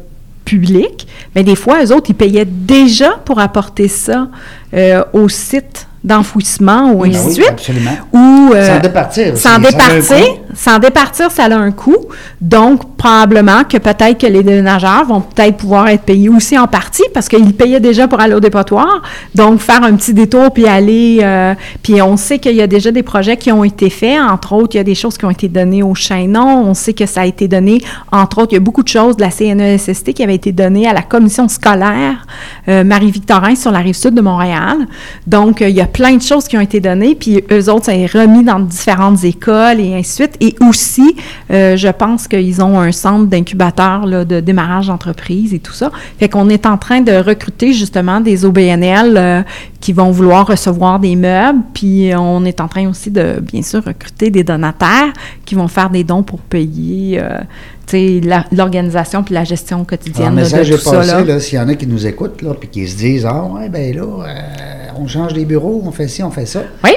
S3: publics, mais des fois, eux autres, ils payaient déjà pour apporter ça euh, au site d'enfouissement ou ainsi
S1: Ben
S3: de
S1: oui,
S3: suite.
S1: absolument.
S3: Ou, euh,
S1: Sans départir aussi,
S3: Sans
S1: ça a un
S3: départir,
S1: coût.
S3: sans départir, ça a un coût. Donc, probablement que peut-être que les déménageurs vont peut-être pouvoir être payés aussi en partie parce qu'ils payaient déjà pour aller au dépotoir. Donc, faire un petit détour puis aller. euh, puis, on sait qu'il y a déjà des projets qui ont été faits. Entre autres, il y a des choses qui ont été données au Chaînon. On sait que ça a été donné. Entre autres, il y a beaucoup de choses de la E CNESST qui avaient été données à la commission scolaire euh, Marie-Victorin sur la rive sud de Montréal. Donc, euh, il y a plein de choses qui ont été données, puis eux autres, ça est remis dans différentes écoles et ainsi de suite. Et aussi, euh, je pense qu'ils ont un centre d'incubateur là, de démarrage d'entreprise et tout ça. Fait qu'on est en train de recruter justement des OBNL euh, qui vont vouloir recevoir des meubles, puis on est en train aussi de, bien sûr, recruter des donataires qui vont faire des dons pour payer. euh, tu sais, la- l'organisation puis la gestion
S1: Ah, Un
S3: quotidienne là,
S1: message
S3: de tout
S1: est
S3: ça.
S1: passé,
S3: là.
S1: là. s'il y en a qui nous écoutent, là, puis qui se disent, ah, ouais, ben là, euh, on change les bureaux, on fait ci, on fait ça.
S3: Oui,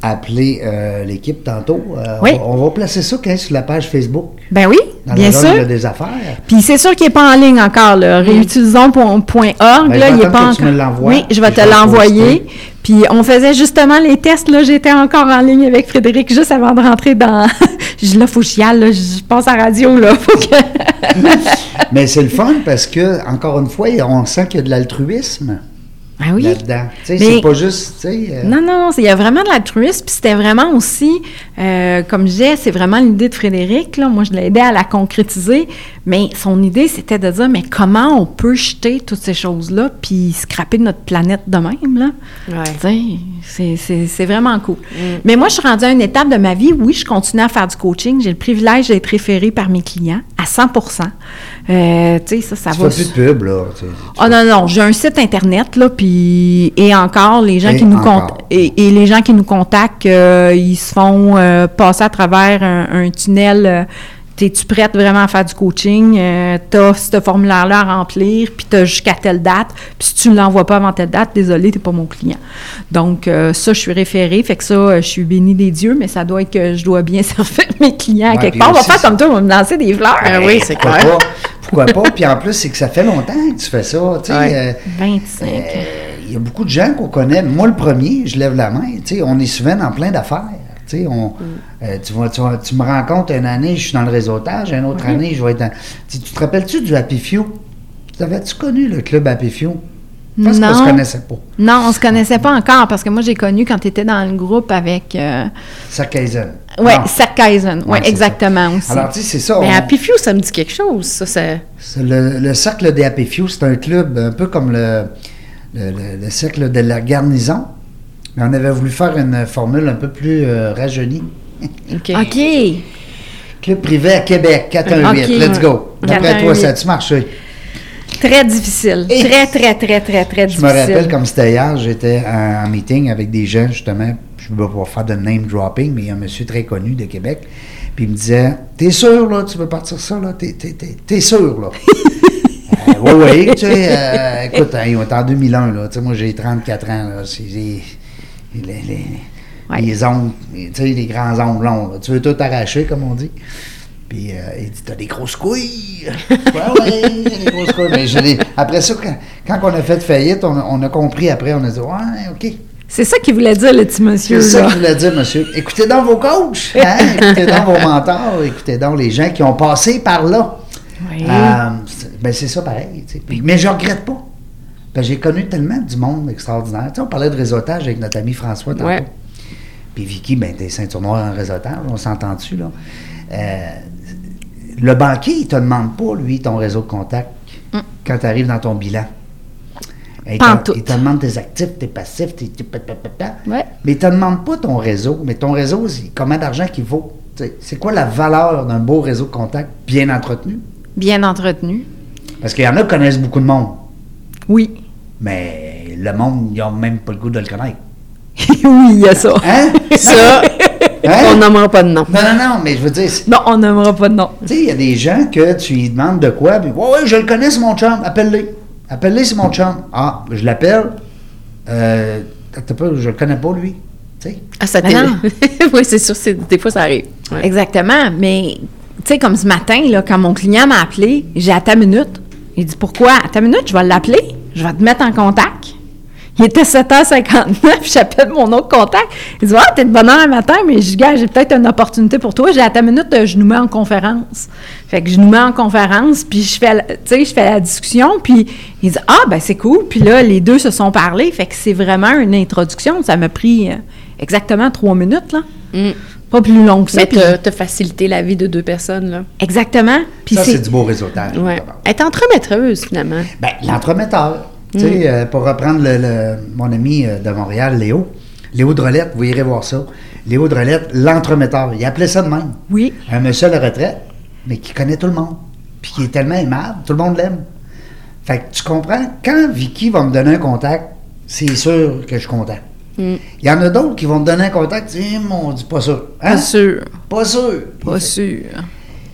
S1: Appelez euh, l'équipe tantôt. Euh,
S3: Oui.
S1: on, on va placer ça quand, sur la page Facebook,
S3: ben oui,
S1: dans
S3: bien
S1: la zone
S3: sûr.
S1: des affaires.
S3: Puis c'est sûr qu'il n'est pas en ligne encore, là. Réutilisons.org,
S1: Mm. Ben, je
S3: là,
S1: vais
S3: il n'est
S1: attendre
S3: pas
S1: que tu
S3: encore.
S1: me l'envoies,
S3: oui, je vais
S1: puis
S3: te
S1: je vais
S3: l'envoyer.
S1: poster.
S3: Puis on faisait justement les tests, là, j'étais encore en ligne avec Frédéric juste avant de rentrer dans... Je dis, là, faut que j'y aille, là, je passe à la radio, là, faut que...
S1: Mais c'est le fun parce que, encore une fois, on sent qu'il y a de l'altruisme
S3: Ah oui?
S1: là-dedans. Tu sais,
S3: Mais-
S1: c'est pas juste, tu sais, euh,
S3: Non, non, c'est- il y a vraiment de l'altruisme. Puis c'était vraiment aussi, euh, comme je disais, c'est vraiment l'idée de Frédéric. Là. Moi, je l'ai aidé à la concrétiser. Mais son idée, c'était de dire, mais comment on peut jeter toutes ces choses-là puis scraper notre planète de même, là?
S2: Ouais.
S3: Tu sais, c'est- C'est c'est vraiment cool. Mais moi, je suis rendue à une étape de ma vie. Oui, je continue à faire du coaching. J'ai le privilège d'être référée par mes clients à 100 Euh, Tu sais, ça, ça
S1: tu
S3: va...
S1: fais plus de pub, là. tu sais.
S3: Ah non, non, j'ai un site Internet, là, puis... Et encore, les gens
S1: Et
S3: qui nous
S1: encore.
S3: contactent... Et, et les gens qui nous contactent, euh, ils se font euh, passer à travers un, un tunnel. euh, T'es-tu prête vraiment à faire du coaching? Euh, t'as ce formulaire-là à remplir, puis t'as jusqu'à telle date. Puis si tu ne l'envoies pas avant telle date, désolé, t'es pas mon client. Donc, euh, ça, je suis référée. Fait que ça, euh, je suis bénie des dieux, mais ça doit être que je dois bien servir mes clients à
S1: Ouais,
S3: quelque
S1: puis
S3: part. On va
S1: aussi,
S3: faire
S1: ça-
S3: comme toi, on va me lancer des fleurs.
S2: Ah oui, c'est
S1: Pourquoi
S2: clair.
S1: pas? Pourquoi pas? Puis en plus, c'est que ça fait longtemps que tu fais ça. Tu sais,
S2: Ouais.
S1: euh,
S3: 25.
S1: Euh, Il y a beaucoup de gens qu'on connaît. Moi, le premier, je lève la main. Tu sais, on est souvent en plein d'affaires. Tu sais,
S3: Mm.
S1: on, euh, tu, vas- tu vas- tu me rencontres une année, je suis dans le réseautage. Une
S3: Mm-hmm.
S1: autre année, je vais être dans... Tu, tu te rappelles-tu du Happy Few? T'avais-tu connu le club Happy Few? Je pense qu'on
S3: Non.
S1: se connaissait pas.
S3: Non, on se connaissait pas encore parce que moi j'ai connu quand tu étais dans le groupe avec euh,
S1: Sarkaisen.
S3: ouais,
S1: Non.
S3: Sarkaisen. Ouais,
S1: Ouais, c'est
S3: exactement aussi. Ben,
S1: Alors, tu sais, c'est ça.
S2: Mais
S1: on-
S2: Happy Few, ça me dit quelque chose. Ça, c'est
S1: c'est le, le cercle des Happy Few, c'est un club un peu comme le, le, le- le cercle de la garnison. Mais on avait voulu faire une formule un peu plus euh, rajeunie.
S2: OK.
S3: OK.
S1: Club privé à Québec, 418,
S3: Ok.
S1: let's go. D'après
S2: 418.
S1: toi, ça a-tu marché?
S4: Très difficile.
S3: Eh.
S1: Et-
S4: Très, très, très, très, très
S1: Je
S4: difficile.
S1: me rappelle comme c'était hier, j'étais en en meeting avec des gens, justement, je ne vais pas faire de name dropping, mais il y a un monsieur très connu de Québec, puis il me disait T'es sûr, là, tu veux partir ça, là T'es, t'es- t'es- t'es sûr, là Oui, oui, tu sais, euh, écoute, hein, on est en 2001, là, tu sais, moi j'ai 34 ans, là, c'est. c'est- les, les-
S4: Ouais.
S1: les ongles, tu sais, les grands ongles longs, là. tu veux tout arracher, comme on dit. Puis euh, il dit T'as des grosses couilles Ouais, ouais, j'ai des grosses couilles. Mais je l'ai- après ça, quand, quand on a fait faillite, on, a- on a compris après, on a dit Ouais, OK.
S4: C'est ça qu'il voulait dire, le petit monsieur.
S1: C'est ça
S4: Là.
S1: que je voulais dire, monsieur. Écoutez donc vos coachs, hein? écoutez donc vos mentors, écoutez donc les gens qui ont passé par là.
S4: Oui.
S1: Euh, c'est- ben, c'est ça pareil. tu sais. Puis- mais je regrette pas. Ben, j'ai connu tellement du monde extraordinaire. Tu sais, on parlait de réseautage avec notre ami François tantôt.
S2: Ouais.
S1: Puis Vicky, ben, des ceintures noires en réseautage, on s'entend-tu, là? Euh, le banquier, il te demande pas, lui, ton réseau de contacts
S4: Mm.
S1: quand tu arrives dans ton bilan. Et il te-
S4: Pas en tout.
S1: Il te demande tes actifs, tes passifs, tes... tes pa- pa- pa- pa.
S4: Ouais.
S1: Mais il te demande pas ton réseau. Mais ton réseau, c'est combien d'argent qu'il vaut? Tu sais, C'est quoi la valeur d'un beau réseau de contacts bien entretenu?
S3: Bien entretenu.
S1: Parce qu'il y en a qui connaissent beaucoup de monde,
S3: Oui.
S1: mais le monde, ils n'ont même pas le goût de le connaître.
S3: oui, il y a ça.
S1: Hein?
S2: Ça,
S1: Hein?
S2: on nommera pas de nom.
S1: Non, non, non, mais je veux dire, c'est-
S3: Non, on n'aimera pas de nom.
S1: tu sais, il y a des gens que tu lui demandes de quoi, puis ouais, ouais, je le connais, c'est mon chum, appelle-le. Appelle-le, c'est mon chum. Ah, je l'appelle, euh, t'as pas, je le connais pas, lui. Tu sais.
S2: Ah, ça
S3: Mais
S2: t'est-
S3: non.
S2: Oui, c'est sûr, c'est- des fois, ça arrive. Ouais.
S3: Exactement. Mais, tu sais, comme ce matin, là, quand mon client m'a appelé, j'ai à ta minute. Il dit Pourquoi À ta minute, je vais l'appeler. Je vais te mettre en contact. Il était 7h59, j'appelle mon autre contact. Il dit Ah, t'es de bonne heure le matin, mais je dis, Gars, j'ai peut-être une opportunité pour toi. J'ai à ta minute, euh, je nous mets en conférence. Fait que je nous mets en conférence, puis je fais, la- tu sais, je fais la discussion, puis il dit Ah, ben c'est cool. Puis là, les deux se sont parlé. Fait que c'est vraiment une introduction. Ça m'a pris euh, exactement trois minutes, là.
S2: Mm.
S3: Pas plus long que ça.
S2: Mais
S3: puis
S2: te, te faciliter la vie de deux personnes, là.
S3: Exactement. Puis
S1: Ça, c'est
S3: c'est
S1: du beau réseautage.
S2: Ouais.
S1: d'abord.
S2: Être entremetteuse, finalement.
S1: Ben, l'entremetteur. Tu sais,
S3: Mm.
S1: euh, pour reprendre le, le- mon ami euh, de Montréal, Léo. Léo Drolette, vous irez voir ça. Léo Drolette, l'entremetteur. Il appelait ça de même.
S3: Oui.
S1: Un monsieur à la retraite, mais qui connaît tout le monde. Puis qui est tellement aimable, tout le monde l'aime. Fait que tu comprends, quand Vicky va me donner un contact, c'est sûr que je suis content.
S3: Mm.
S1: Il y en a d'autres qui vont me donner un contact, tu dis, Eh, mon Dieu, pas sûr. Hein?
S3: pas sûr.
S1: Pas sûr.
S3: Pas sûr.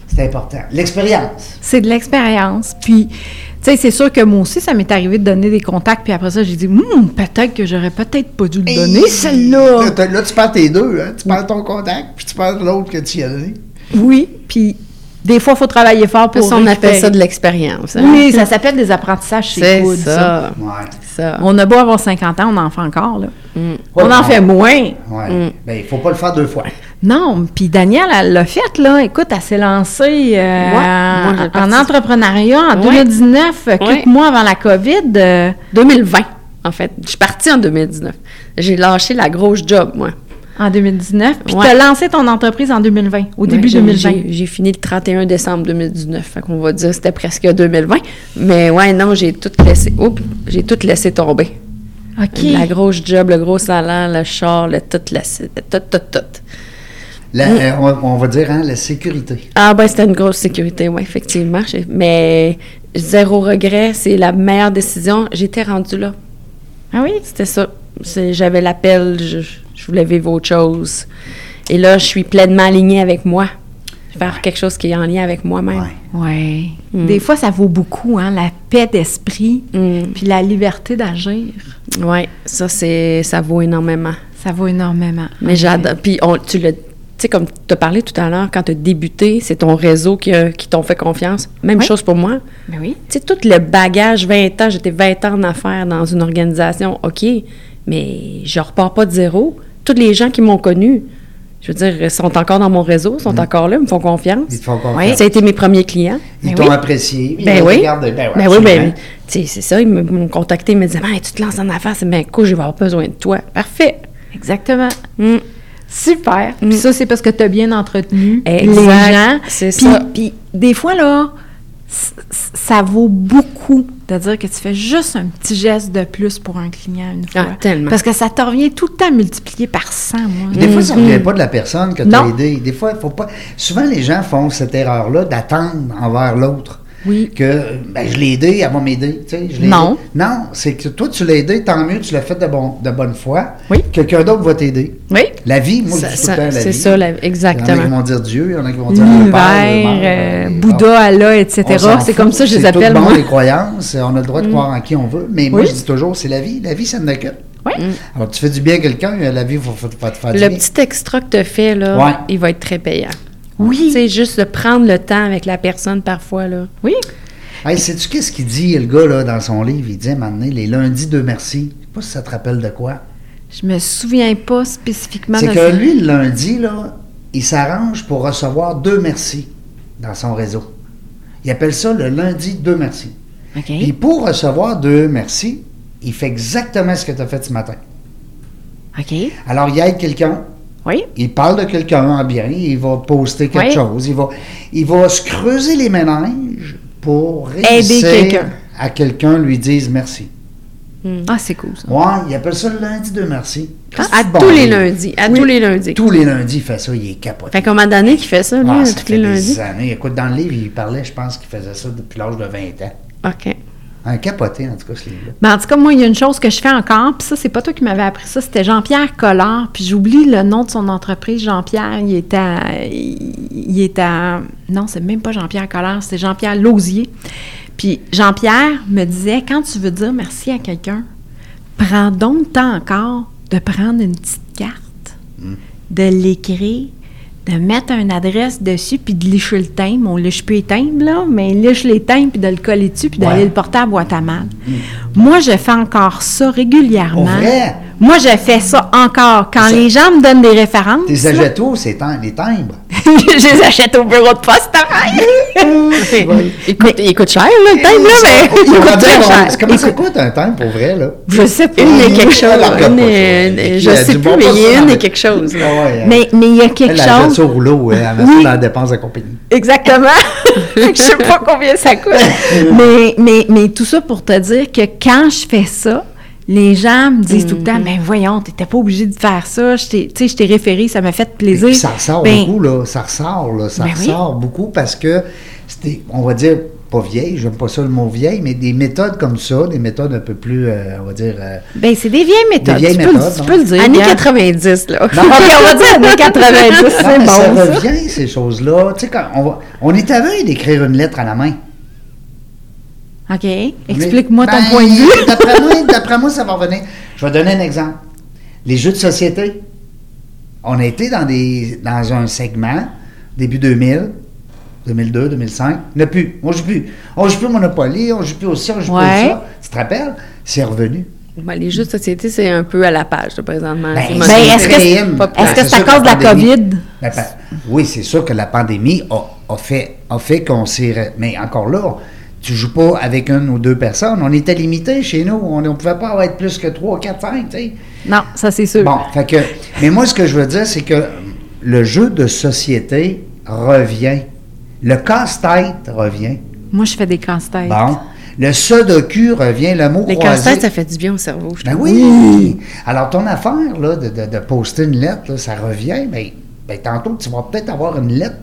S1: C'est important. L'expérience.
S3: C'est de l'expérience. Puis, tu sais, c'est sûr que moi aussi, ça m'est arrivé de donner des contacts. Puis après ça, j'ai dit, Hum, peut-être que j'aurais peut-être pas dû le donner,
S1: Hey,
S3: celle-là.
S1: Là, t'as- là, tu perds tes deux. Hein? Tu perds ton contact, puis tu perds l'autre que tu y as donné.
S3: Oui. Puis, des fois, il faut travailler fort pour.
S2: Parce qu'on appelle
S3: récupérer.
S2: ça de l'expérience. hein.
S3: Oui, ça s'appelle des apprentissages chez
S2: C'est
S3: Wood, ça.
S2: ça.
S1: Ouais.
S2: ça.
S3: On a beau avoir 50 ans, on en fait encore, là.
S2: Mm.
S3: On
S1: Ouais,
S3: en fait moins.
S1: Ouais.
S3: Mm.
S1: Ben, il faut pas le faire deux fois.
S3: Non, puis Danielle, elle l'a fait, là. Écoute, elle s'est lancée euh,
S2: moi, j'ai
S3: en, en
S2: participé.
S3: entrepreneuriat en
S2: Ouais.
S3: 2019, euh, quelques
S2: Ouais.
S3: mois avant la COVID. euh,
S2: 2020, en fait. Je suis partie en 2019. J'ai lâché la grosse job, moi.
S3: en 2019, puis
S2: Ouais.
S3: tu as lancé ton entreprise en 2020, au début
S2: Ouais, j'ai-
S3: 2020.
S2: j'ai- J'ai fini le 31 décembre 2019. Fait qu'on va dire que c'était presque 2020. Mais ouais, non, j'ai tout laissé. oups, j'ai tout laissé tomber.
S3: OK.
S2: La grosse job, le gros salaire, le char, le tout laissé. le Tout, tout, tout.
S1: La-
S3: Mm.
S1: euh, on, on va dire, hein, la sécurité.
S2: Ah ben c'était une grosse sécurité, oui, effectivement. J'ai- Mais zéro regret, c'est la meilleure décision. J'étais rendue là.
S3: Ah oui?
S2: C'était ça. C'est- J'avais l'appel, je, je voulais vivre autre chose. Et là, je suis pleinement alignée avec moi. Faire quelque chose qui est en lien avec moi-même.
S1: Ouais.
S3: Oui.
S2: Hmm.
S3: Des fois, ça vaut beaucoup, hein, la paix d'esprit,
S2: Hmm.
S3: puis la liberté d'agir.
S2: Ouais. ça, c'est, ça vaut énormément.
S3: Ça vaut énormément.
S2: Mais j'adore. Puis on, tu le, tu sais, comme tu as parlé tout à l'heure, quand tu as débuté, c'est ton réseau qui, a- qui t'ont fait confiance. Même
S3: Oui.
S2: chose pour moi.
S3: Mais oui.
S2: Tu sais, tout le bagage, 20 ans, j'étais 20 ans en affaires dans une organisation, OK, mais je repars pas de zéro. Tous les gens qui m'ont connu, je veux dire, sont encore dans mon réseau, sont encore là, me font confiance.
S1: Mm-hmm. Ils te font confiance.
S2: Ça a été mes premiers clients.
S1: Ils
S3: Ben
S1: t'ont
S3: oui.
S1: apprécié. Ils
S2: Ben
S1: t'ont
S2: oui.
S1: regardé. Ben ouais,
S2: Ben oui, ben,
S1: absolument.
S2: tu sais, c'est ça, ils me- m'ont contacté, ils me disaient, Ah, tu te lances en affaires, c'est bien cool, je vais avoir besoin de toi. Parfait.
S3: Exactement.
S2: Mm.
S3: Super. Puis ça, c'est parce que tu as bien entretenu
S2: Hmm. Exact,
S3: les gens.
S2: c'est
S3: Puis-
S2: ça.
S3: Puis des fois, là, c- c- ça vaut beaucoup de dire que tu fais juste un petit geste de plus pour un client une fois.
S2: Ah, tellement. Hmm.
S3: Parce que ça te revient tout le temps multiplié par 100, moi.
S1: Des fois, ça ne vient pas de la personne que tu as
S3: ben mm, Non.
S1: aidé. Des fois, il faut pas. Souvent, les gens font cette erreur-là d'attendre envers l'autre.
S2: Oui.
S1: que ben, je l'ai aidé, elle va m'aider. tu sais, je l'ai
S3: Non.
S1: aidé. Non, c'est que toi, tu l'as aidé, tant mieux, tu l'as fait de, bon, de bonne foi.
S3: Oui.
S1: Quelqu'un d'autre va t'aider.
S3: Oui.
S1: La vie, moi,
S2: Ça-
S1: je dis tout
S2: ça-
S1: le temps la
S2: c'est
S1: vie.
S2: ça,
S1: Il
S2: la-
S1: y en a qui
S2: exactement.
S1: vont dire Dieu, il y en a qui vont dire mon père, le
S4: L'univers,
S1: monde,
S4: euh,
S1: euh,
S4: Bouddha, Allah, etc.
S1: on s'en
S4: C'est
S1: fout,
S4: comme ça que je les
S1: c'est tout
S4: appelle,
S1: bon,
S4: moi.
S1: les croyances, Euh, on a le droit de croire en qui on veut, mais moi,
S3: Oui.
S1: je dis toujours, c'est la vie. La vie, ça ne que.
S3: Oui.
S1: Alors, tu fais du bien à quelqu'un, euh, la vie, il faut, faut- faut te faire du
S2: Le
S1: bien.
S2: petit extra que tu fais, là,
S1: Ouais.
S2: il va être très payant. Oui. C'est juste de prendre le temps avec la personne parfois, là.
S3: Oui.
S1: Hey, sais-tu qu'est-ce qu'il dit, le gars, là, dans son livre? Il dit, à un moment donné, les lundis, deux merci. Je sais pas si ça te rappelle de quoi.
S4: Je me souviens pas spécifiquement
S1: C'est
S4: de
S1: que
S4: ça.
S1: lui, le lundi, là, il s'arrange pour recevoir deux merci dans son réseau. Il appelle ça le lundi deux merci.
S3: OK.
S2: Hein?
S1: Puis pour recevoir deux merci, il fait exactement ce que tu as fait ce matin.
S3: OK.
S1: Alors, il aide quelqu'un,
S3: Oui.
S1: il parle de quelqu'un en bien, il va poster quelque
S3: Oui.
S1: chose, il va, il va se creuser les méninges pour réussir
S3: quelqu'un.
S1: à quelqu'un lui dise merci.
S3: Ah, c'est cool, ça.
S1: Ouais, il appelle ça le lundi de merci. Qu'est-ce que
S2: Ah, à
S1: c'est bon,
S2: tous les
S1: lui?
S2: lundis. À tous les lundis.
S1: Tous les lundis, il fait ça, il est capoté.
S2: Fait qu'on m'a donné qu'il fait ça, lui,
S1: Ah,
S2: à
S1: ça
S2: tous
S1: fait
S2: les
S1: des
S2: lundis.
S1: années. Écoute, dans le livre, il parlait, je pense qu'il faisait ça depuis l'âge de 20 ans.
S2: OK.
S1: Un capoté, en tout cas, ce livre-là.
S3: Mais en tout cas, moi, il y a une chose que je fais encore, puis ça, c'est pas toi qui m'avais appris ça, c'était Jean-Pierre Collard, puis j'oublie le nom de son entreprise. Jean-Pierre, il est à. Il il est à. Non, c'est même pas Jean-Pierre Collard, c'est Jean-Pierre Lausier. Puis Jean-Pierre me disait quand tu veux dire merci à quelqu'un, prends donc le temps encore de prendre une petite carte,
S1: Hmm.
S3: de l'écrire, de mettre une adresse dessus, puis de licher le timbre. On liche plus les timbres, là, mais liche les timbres, puis de le coller dessus, puis d'aller
S1: Ouais. Hmm.
S3: le porter à la boîte à mal. Moi, je fais encore ça régulièrement.
S1: Pour vrai?
S3: Moi, je fais ça encore. Quand les gens me donnent des références,
S1: Tes
S3: là,
S1: ajoutos, c'est tim- les timbres.
S3: je les achète au bureau de poste, pareil.
S2: Il coûte, il coûte cher, là, le timbre, là, mais
S1: Ils
S2: il
S1: vont dire,
S2: coûte très
S1: on-
S2: cher.
S1: Comment ça coûte un timbre pour vrai, là?
S3: Je sais pas.
S2: Une et quelque chose.
S1: Elle regarde
S2: Une
S1: pas ça.
S2: et-
S1: Et
S2: et-
S1: puis,
S2: je
S1: elle
S2: sais
S1: dit,
S2: plus,
S1: bon,
S2: mais
S1: pas
S2: il y
S1: ça
S2: a
S1: dans
S2: une
S1: le-
S2: et quelque chose. là.
S1: Ah ouais,
S3: Mais mais il y a
S1: elle
S3: quelque
S1: la jette
S3: chose.
S1: sur le rouleau, hein, elle, elle met ça
S3: Oui.
S1: dans la dépense de la compagnie.
S3: Exactement. Fait que je sais pas combien ça coûte.
S1: Mm.
S3: mais, mais, mais tout ça pour te dire que quand je fais ça, les gens me disent tout le
S1: Mm.
S3: temps, mais voyons, t'étais pas obligé de faire ça. Je t'ai- Tu sais, je t'ai référé, ça m'a fait
S1: Et
S3: plaisir.
S1: puis, ça ressort
S3: Ben,
S1: beaucoup, là. Ça ressort, là. Ça
S3: Ben oui.
S1: ressort beaucoup parce que c'était, on va dire, pas vieille, j'aime pas ça le mot vieille, mais des méthodes comme ça, des méthodes un peu plus, euh, on va dire, euh,
S3: ben, c'est des vieilles méthodes.
S1: vieilles
S3: tu, peux le-
S1: méthodes,
S3: tu
S1: hein.
S3: peux le dire.
S2: Années
S3: Yann.
S2: 90, là.
S1: Non.
S3: OK, on va dire années 90,
S1: Non,
S3: c'est
S1: mais ça
S3: bon. ça.
S1: revient, ces choses-là. Tu sais, quand on, va- on est aveugle d'écrire une lettre à la main.
S3: OK. Explique-moi ton
S1: Mais- ben,
S3: point de vue.
S1: D'après moi, d'après moi, ça va revenir. Je vais donner un exemple. Les jeux de société. On a été dans, des, dans un segment, début 2000, 2002, 2005. On n'a plus. On joue plus. On joue plus au Monopoly, on joue plus au ci, on joue plus
S3: Ouais.
S1: au ça. Tu te rappelles? C'est revenu.
S2: Ben, les jeux de société, c'est un peu à la page, là, présentement. C'est
S3: ben,
S2: mon-
S3: est-ce que-
S2: c'est
S1: crime.
S2: pas-
S3: est-ce que
S1: Ben,
S3: c'est à
S1: sûr
S3: cause de la
S1: pandémie-
S3: COVID?
S1: Ben, ben, oui, c'est sûr que la pandémie a, a fait, a fait qu'on s'est. re- Mais encore là, tu joues pas avec une ou deux personnes. On était limité chez nous. On ne pouvait pas être plus que trois, quatre, cinq, tu sais.
S3: Non, ça, c'est sûr.
S1: Bon, fait que. Mais moi, ce que je veux dire, c'est que le jeu de société revient. Le casse-tête revient.
S3: Moi, je fais des casse-têtes.
S1: Bon. Le sudoku revient. Le mot
S2: Les
S1: croisé.
S2: casse-têtes, ça fait du bien au cerveau, je
S1: Ben
S2: trouve.
S1: oui. Alors, ton affaire là, de, de- de poster une lettre, là, ça revient, mais ben, tantôt, tu vas peut-être avoir une lettre.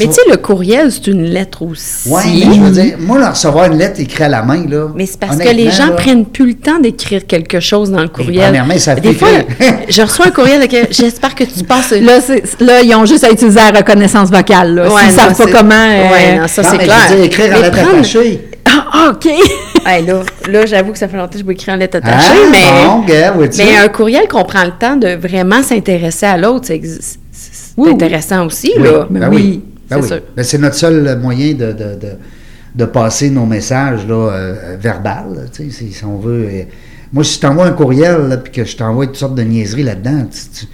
S2: Mais tu sais, le courriel, c'est une lettre aussi.
S1: Oui, mais ben, je veux dire, moi, là, recevoir une lettre écrite à la main, là.
S2: Mais c'est parce que les
S1: honnêtement,
S2: gens
S1: là, Ben,
S2: prennent plus le temps d'écrire quelque chose dans le courriel.
S1: premièrement, ils savent
S2: Des
S1: plus
S2: fois,
S1: écrire.
S2: je reçois un courriel avec j'espère que tu passes.
S3: Là, c'est- là, ils ont juste à utiliser la reconnaissance vocale. Là.
S2: Ouais,
S3: S'ils
S2: non,
S3: savent pas
S2: c'est-
S3: comment. euh,
S2: Ouais, non, ça,
S1: non,
S2: c'est
S1: mais
S2: clair.
S1: Je veux dire, écrire à
S2: Mais
S1: la
S2: prendre-
S1: attachée.
S3: Ah, OK.
S2: Hey, là, là, j'avoue que ça fait longtemps que je vais écrire en lettre
S1: Ah,
S2: attachée, mais.
S1: Bon, gars, vois-tu?
S2: Mais un courriel qu'on prend le temps de vraiment s'intéresser à l'autre, c'est ex- c'est
S3: Oui, oui.
S2: intéressant aussi,
S1: Oui,
S2: Eh là.
S1: ben oui. ben
S2: c'est
S1: oui.
S2: sûr.
S1: Ben, c'est notre seul moyen de, de, de, de passer nos messages là, euh, verbal, là, tu sais, si, si on veut. euh. moi, si je t'envoie un courriel là, puis que je t'envoie toutes sortes de niaiseries là-dedans, tu- tu-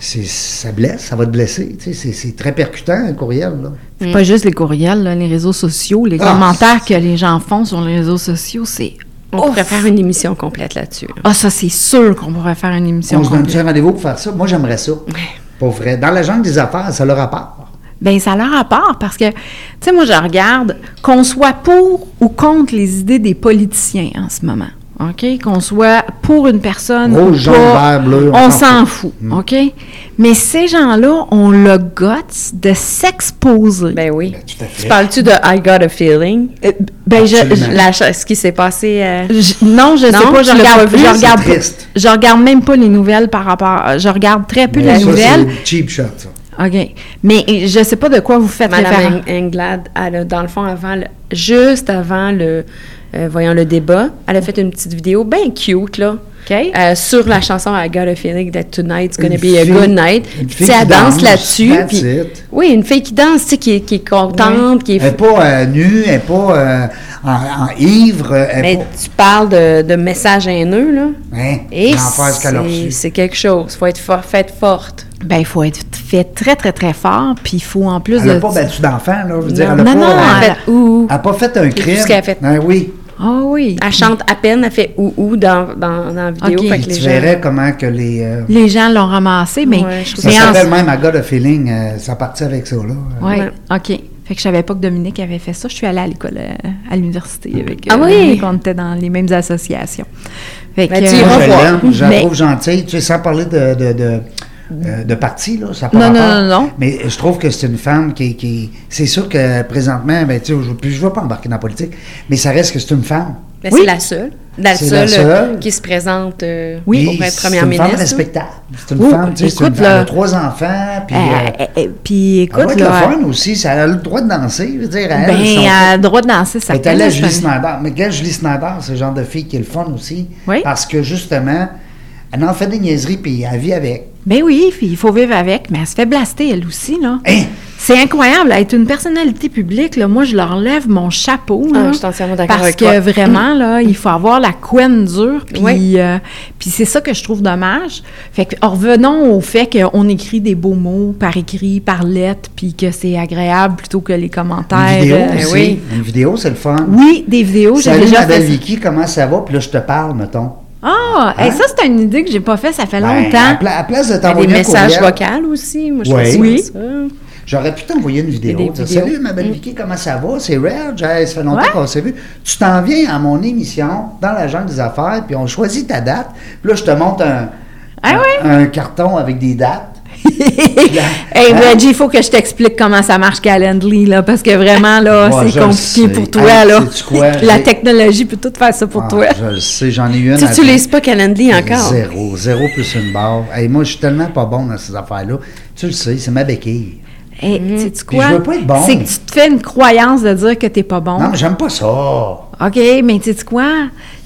S1: c'est- ça blesse, ça va te blesser. tu sais, C'est c'est très percutant, un courriel. Là.
S3: C'est pas juste les courriels, là, les réseaux sociaux, les
S1: Ah,
S3: commentaires que les gens font sur les réseaux sociaux, c'est.
S2: On
S3: Ouf!
S2: pourrait faire une émission complète là-dessus.
S3: Ah, ça, c'est sûr qu'on pourrait faire une émission
S1: on se donne
S3: complète.
S1: un rendez-vous pour faire ça. Moi, j'aimerais ça. Pour vrai. Dans la jungle des affaires, ça leur rapport.
S3: Ben, ça a leur rapport parce que, tu sais, moi, je regarde qu'on soit pour ou contre les idées des politiciens en ce moment. OK? Qu'on soit pour une personne.
S1: Rouge,
S3: ou
S1: jaune,
S3: pas,
S1: vert, bleu, on
S3: On
S1: s'en
S3: s'en fout. OK? Mais ces gens-là ont le guts de s'exposer.
S2: Ben oui.
S1: Ben, tout à fait.
S2: tu parles-tu de I got a feeling?
S3: Euh, ben, je-
S1: Absolument.
S3: je-
S2: La cha- ce qui s'est passé. euh,
S3: je- non, je
S2: Non,
S3: sais pas,
S2: tu
S3: je
S2: l'as
S3: regarde,
S2: pas vu,
S3: je
S2: c'est
S3: regarde,
S1: triste.
S3: je regarde même pas les nouvelles par rapport, euh, je regarde très peu
S1: Mais
S3: les
S1: ça,
S3: nouvelles.
S1: c'est cheap shot, ça.
S3: Ok, mais euh, je sais pas de quoi vous faites référence.
S2: Madame Eng- Englade, elle a, dans le fond, avant le- juste avant le, euh, voyons, le débat, elle a fait une petite vidéo bien cute, là.
S3: OK.
S2: euh, sur la chanson I Got a Feeling That Tonight's Gonna
S1: Une
S2: Be a
S1: fille-
S2: Good Night.
S1: une fille
S2: Puis, tu sais,
S1: qui
S2: elle danse
S1: danse,
S2: là-dessus.
S1: that's
S2: puis-
S1: it.
S2: Oui, une fille qui danse, tu sais, qui, est- qui est contente, qui est.
S1: Elle n'est pas euh, nue, elle n'est pas euh, en, en ivre, elle n'est
S2: Mais
S1: pas...
S2: tu parles de, de messages haineux, là.
S1: Hein,
S2: Et
S1: l'enfer, ce qu'elle a
S2: c'est-
S1: reçu.
S2: c'est quelque chose. Faut être fort, faite forte.
S3: Ben, il faut être fait très, très, très fort, puis il faut en plus
S1: Elle n'a
S3: de...
S1: pas ben- battu d'enfant, là, je veux dire, elle
S3: Non,
S1: n'a pas...
S3: non,
S1: euh,
S3: non,
S2: Elle
S3: elle-
S2: fait ouh.
S1: elle a pas fait un crime.
S2: ce qu'elle a fait.
S1: Ben oui.
S3: Ah oui.
S2: Elle chante à peine, elle fait ou ou dans, dans, dans la vidéo.
S3: Ok,
S2: fait que
S1: Puis
S2: les
S1: tu
S2: gens-
S1: verrais comment que les... euh,
S3: Les gens l'ont ramassé, mais...
S2: Ouais, je trouve
S1: ça
S3: mais en-
S1: s'appelle même « I got a feeling euh, ça partit avec ça, là. Euh,
S3: Ouais,
S2: Ouais.
S3: OK. Fait que je savais pas que Dominique avait fait ça. Je suis allée à l'école, euh, à l'université avec
S2: Ah oui?
S3: Dominique. On était dans les mêmes associations. Fait que, euh,
S2: Ben, tu iras
S1: Moi, je
S2: revoir.
S1: l'aime, je la
S3: Mais-
S1: trouve gentille. Tu sais, sans parler de, de, de, euh, de parti, là, ça a pas
S3: Non, non,
S1: rapport.
S3: non, non.
S1: Mais je trouve que c'est une femme qui... qui c'est sûr que présentement, ben, tu sais, je- puis je ne veux pas embarquer dans la politique, mais ça reste que c'est une femme.
S2: Mais
S3: Oui.
S2: Ben, c'est la seule. La
S1: C'est
S2: seule,
S1: la
S2: euh,
S1: seule.
S2: qui se présente euh,
S1: Puis
S2: pour être
S1: c'est
S2: première
S1: une femme
S2: ministre.
S1: respectable. C'est une
S3: Oui,
S1: femme, tu sais, c'est une
S3: écoute,
S1: femme. Elle a
S3: là.
S1: trois enfants, puis...
S3: euh,
S1: euh,
S3: euh, euh, puis
S1: Elle doit
S3: écoute,
S1: être le
S3: là,
S1: fun aussi, ça elle a le droit de danser, je veux dire, elle,
S3: ben,
S1: son-
S3: elle a le droit de danser, ça
S1: elle est allée à
S3: peut,
S1: Julie
S3: je-
S1: Snyder. Mais quand Julie Snyder, c'est le genre de fille qui est le fun aussi,
S3: Oui.
S1: parce que justement, elle en fait des niaiseries, puis elle vit avec.
S3: Ben oui, puis il faut vivre avec, mais elle se fait blaster, elle aussi, là.
S1: Hein?
S3: C'est incroyable, être une personnalité publique, là, moi, je leur lève mon chapeau,
S2: Ah,
S3: là,
S2: je suis entièrement d'accord
S3: parce
S2: avec
S3: que
S2: toi. Mm.
S3: vraiment, là, il faut avoir la couenne dure, puis
S2: Oui.
S3: euh, puis c'est ça que je trouve dommage. Fait que, en revenons au fait qu'on écrit des beaux mots par écrit, par lettre, puis que c'est agréable plutôt que les
S1: Une
S3: commentaires.
S1: vidéo
S3: euh,
S1: aussi.
S3: oui.
S1: Une vidéo, c'est le fun.
S3: Oui, des vidéos, j'ai
S1: Salut,
S3: déjà
S1: ma belle
S3: fait ça.
S1: Vicky, comment ça va? Puis là, je te parle, mettons.
S3: Ah,
S2: Hein?
S3: hey, ça, c'est une idée que j'ai pas fait, ça fait
S1: Ben, à,
S3: longtemps.
S1: pla- à place de
S2: Il y a des
S1: t'envoyer un
S2: messages
S1: courriel,
S2: vocaux aussi. Moi, je
S1: Oui.
S2: trouve
S3: Oui.
S2: ça. ça.
S1: j'aurais pu t'envoyer une vidéo.
S2: des
S1: dire,
S2: vidéos.
S1: Salut, ma belle Vicky, comment ça va? C'est Reg, hey, ça fait longtemps
S3: Mm. Ouais.
S1: qu'on s'est vu. Tu t'en viens à mon émission, dans la jungle des affaires, puis on choisit ta date. Puis là, je te montre un,
S3: Ah
S1: un-
S3: ouais?
S1: un carton avec des dates. hein?
S3: hey Reggie, il faut que je t'explique comment ça marche Calendly, là, parce que vraiment, là,
S1: Ouais, je
S3: c'est
S1: le
S3: compliqué
S1: sais.
S3: pour toi,
S1: Hey,
S3: là.
S1: sais-tu quoi?
S3: La
S1: J'ai-
S3: technologie peut tout faire ça pour
S1: Ah,
S3: toi.
S1: Je le sais, j'en ai eu une.
S2: Tu
S1: avec-
S2: n'utilises pas Calendly encore.
S1: Zéro, zéro plus une barre. Hey, moi, je suis tellement pas bon dans ces affaires-là. Tu le sais, c'est ma béquille.
S3: Hey, sais-tu
S1: Puis
S3: quoi?
S1: je veux pas être bon.
S3: C'est que tu te fais une croyance de dire que t'es pas bon.
S1: Non, mais j'aime pas ça.
S3: OK, mais sais-tu quoi?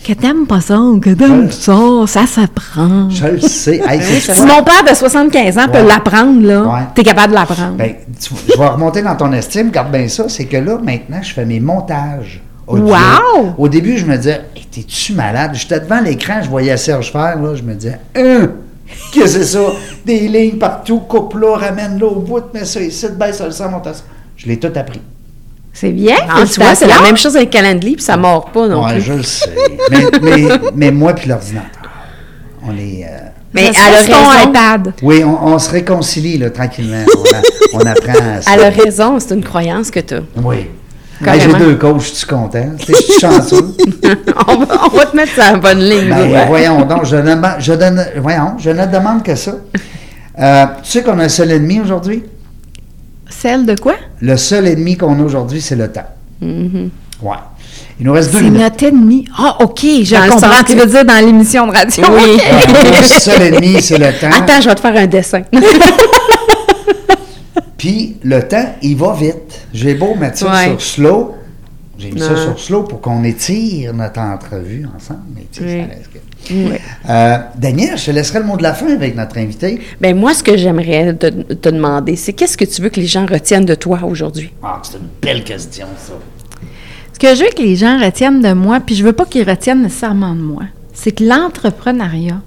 S3: Que t'aimes pas ça ou que t'aimes ça, ça s'apprend.
S1: Je le sais. Hey, c'est
S3: Si mon père de 75 ans peut
S1: Ouais.
S3: l'apprendre, là,
S1: Ouais.
S3: t'es capable de l'apprendre.
S1: Ben, tu- je vais remonter dans ton estime. Garde bien ça. C'est que là, maintenant, je fais mes montages. audio.
S3: Wow!
S1: Au début, je me disais, Hey, t'es-tu malade? J'étais devant l'écran, je voyais Serge faire, là, je me disais, hein? Qu'est-ce que c'est ça? Des lignes partout, coupe-là, ramène-là au bout, mets ça ici, baisse ça, le sang, monte ça. Je l'ai tout appris.
S3: c'est bien.
S2: Ah, tu vois, c'est la
S3: félicitations.
S2: même chose avec Calendly, puis ça ne mord pas non
S1: Ouais,
S2: plus.
S1: je le sais. mais, mais, mais moi puis l'ordinateur, on est. euh,
S2: Mais
S3: Ça
S2: elle a
S3: se passe ton
S1: Ben,
S2: raison.
S3: iPad.
S1: Oui, on, on se réconcilie là, tranquillement. On, a- on apprend à ça.
S2: Elle a raison, c'est une croyance que tu as.
S1: Oui. Hey,
S2: Carrément.
S1: J'ai deux coachs, je suis content. Je suis chanceux.
S2: on, va, on va te mettre sur la bonne ligne.
S1: Ben,
S2: là.
S1: Voyons donc, je ne, ma- je donne- voyons, je ne demande que ça. Euh, tu sais qu'on a un seul ennemi aujourd'hui?
S3: Celle de quoi?
S1: Le seul ennemi qu'on a aujourd'hui, c'est le temps.
S2: Mhm.
S1: Oui. Il nous reste deux
S3: C'est
S1: minutes.
S3: notre ennemi. Ah, OK, je
S2: Dans le
S3: comprends.
S2: sens
S3: Tu
S2: que-
S3: veux dire dans l'émission de radio.
S2: Oui.
S1: Ah, Le seul ennemi, c'est le temps.
S2: Attends, je vais te faire un dessin.
S1: Puis le temps, il va vite. J'ai beau mettre ça
S2: Ouais.
S1: sur slow. J'ai mis ça
S2: Non.
S1: sur slow pour qu'on étire notre entrevue ensemble. Mais tu sais,
S2: Oui.
S1: ça reste que- Euh, Daniel, je te laisserai le mot de la fin avec notre invité.
S2: ben moi, ce que j'aimerais te, te demander, c'est qu'est-ce que tu veux que les gens retiennent de toi aujourd'hui?
S1: Ah, c'est une belle question, ça.
S3: Ce que je veux que les gens retiennent de moi, puis je veux pas qu'ils retiennent nécessairement de moi, c'est que l'entrepreneuriat,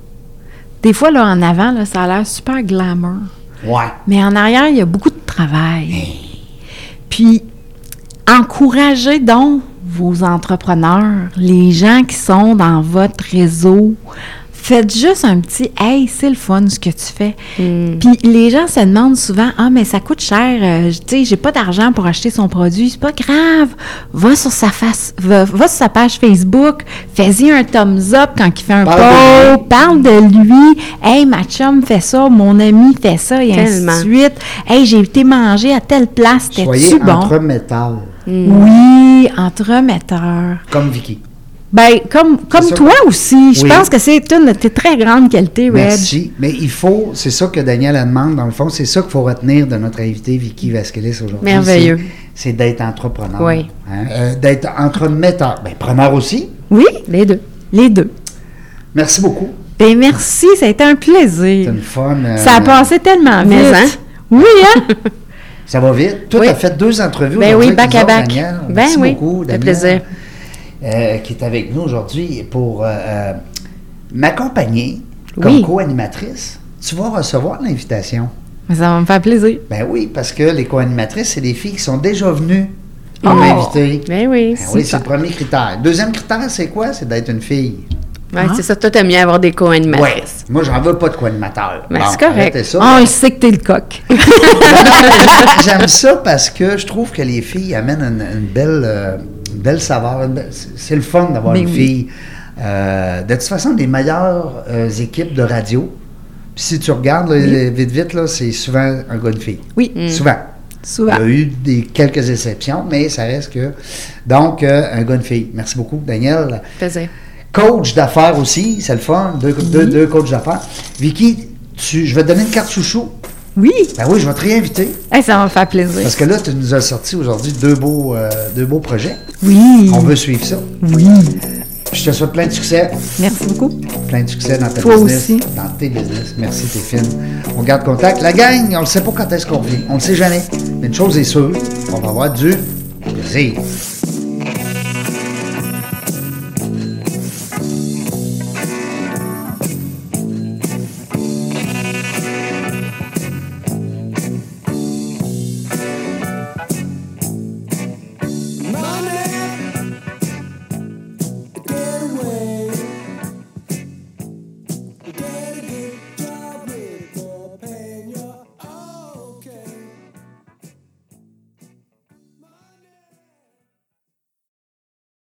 S3: des fois, là, en avant, là, ça a l'air super glamour.
S1: Ouais.
S3: Mais en arrière, il y a beaucoup de travail. Puis, encouragez donc vos entrepreneurs, les gens qui sont dans votre réseau. Faites juste un petit Hey, c'est le fun ce que tu fais.
S1: Mm.
S3: Puis les gens se demandent souvent Ah, mais ça coûte cher, euh, tu sais, j'ai pas d'argent pour acheter son produit. C'est pas grave. Va sur sa face, va, va sur sa page Facebook, fais-y un thumbs up quand il fait un
S1: Parle de lui.
S3: post, parle de lui. Hey, ma chum fait ça, mon ami fait ça, et
S2: Tellement.
S3: ainsi de suite. Hey, j'ai été manger à telle place,
S1: Soyez
S3: t'es-tu bon?
S1: entre métal,
S3: Oui, entremetteur.
S1: comme Vicky.
S3: Ben, comme, comme
S1: ça.
S3: toi aussi, je
S1: Oui.
S3: pense que c'est une de tes très grandes qualités, Red.
S1: Merci. Mais il faut, c'est ça que Daniel elle demande, dans le fond, c'est ça qu'il faut retenir de notre invité Vicky Vasquelis aujourd'hui.
S2: Merveilleux.
S1: C'est c'est d'être entrepreneur.
S2: Oui.
S1: hein. Euh, d'être entremetteur. Ben, preneur aussi.
S3: Oui,
S2: Les deux.
S3: les deux.
S1: Merci beaucoup.
S3: Ben, merci, ça a été un
S1: C'est
S3: plaisir.
S1: une fun. euh,
S3: Ça a passé tellement vite.
S2: Mais, hein?
S3: Oui, hein?
S1: Ça va vite. Toi,
S2: Oui.
S1: tu as fait deux entrevues
S2: Ben
S1: aujourd'hui
S2: oui,
S1: avec
S2: back
S1: nous
S2: à
S1: autres,
S2: back.
S1: Daniel.
S2: Ben
S1: Merci
S2: oui,
S1: beaucoup,
S2: ça fait
S1: Daniel,
S2: plaisir.
S1: euh, qui est avec nous aujourd'hui pour euh, euh, m'accompagner comme
S2: Oui.
S1: co-animatrice. Tu vas recevoir l'invitation.
S3: Mais ça va me faire plaisir.
S1: Ben oui, parce que les co-animatrices, c'est des filles qui sont déjà venues comme invitées.
S2: Ben oui.
S1: Ben oui, c'est le premier critère. Deuxième critère, c'est quoi? C'est d'être une fille.
S2: Ouais, c'est ça. Toi, t'aimes bien avoir des
S1: Ben Ouais.
S2: co-animatrices.
S1: Moi, j'en veux pas de co-animateur.
S2: Ben, c'est correct.
S1: arrêtez ça.
S3: Ah, je sais que t'es le coq.
S2: Mm.
S1: J'aime ça parce que je trouve que les filles amènent une, une belle, euh, une belle saveur. une belle- C'est c'est le fun d'avoir
S3: Ben
S1: une
S3: oui.
S1: fille. Euh, de toute façon, des meilleures euh, équipes de radio, puis si tu regardes, là, les- vite, vite, là, c'est souvent un gars de fille.
S3: Oui,
S1: Souvent.
S3: Mm. souvent.
S1: Il y a eu des, quelques exceptions, mais ça reste que. Donc, euh, un gars de fille. Merci beaucoup, Daniel.
S2: Plaisir.
S1: Coach d'affaires aussi, c'est le fun. Deux, deux, deux coachs d'affaires. Vicky, tu, je vais te donner une carte chouchou.
S3: Oui,
S1: Ben oui, je vais te réinviter.
S3: Eh, ça va me faire plaisir.
S1: Parce que là, tu nous as sorti aujourd'hui deux beaux, euh, deux beaux projets.
S3: Oui,
S1: On veut suivre ça.
S3: oui.
S1: Je te souhaite plein de succès.
S3: Merci beaucoup.
S1: Plein de succès dans ta
S3: Toi
S1: business.
S3: aussi.
S1: Dans tes business. Merci, t'es fine. On garde contact. La gang, on ne sait pas quand est-ce qu'on revient. On ne sait jamais. Mais une chose est sûre, on va avoir du plaisir.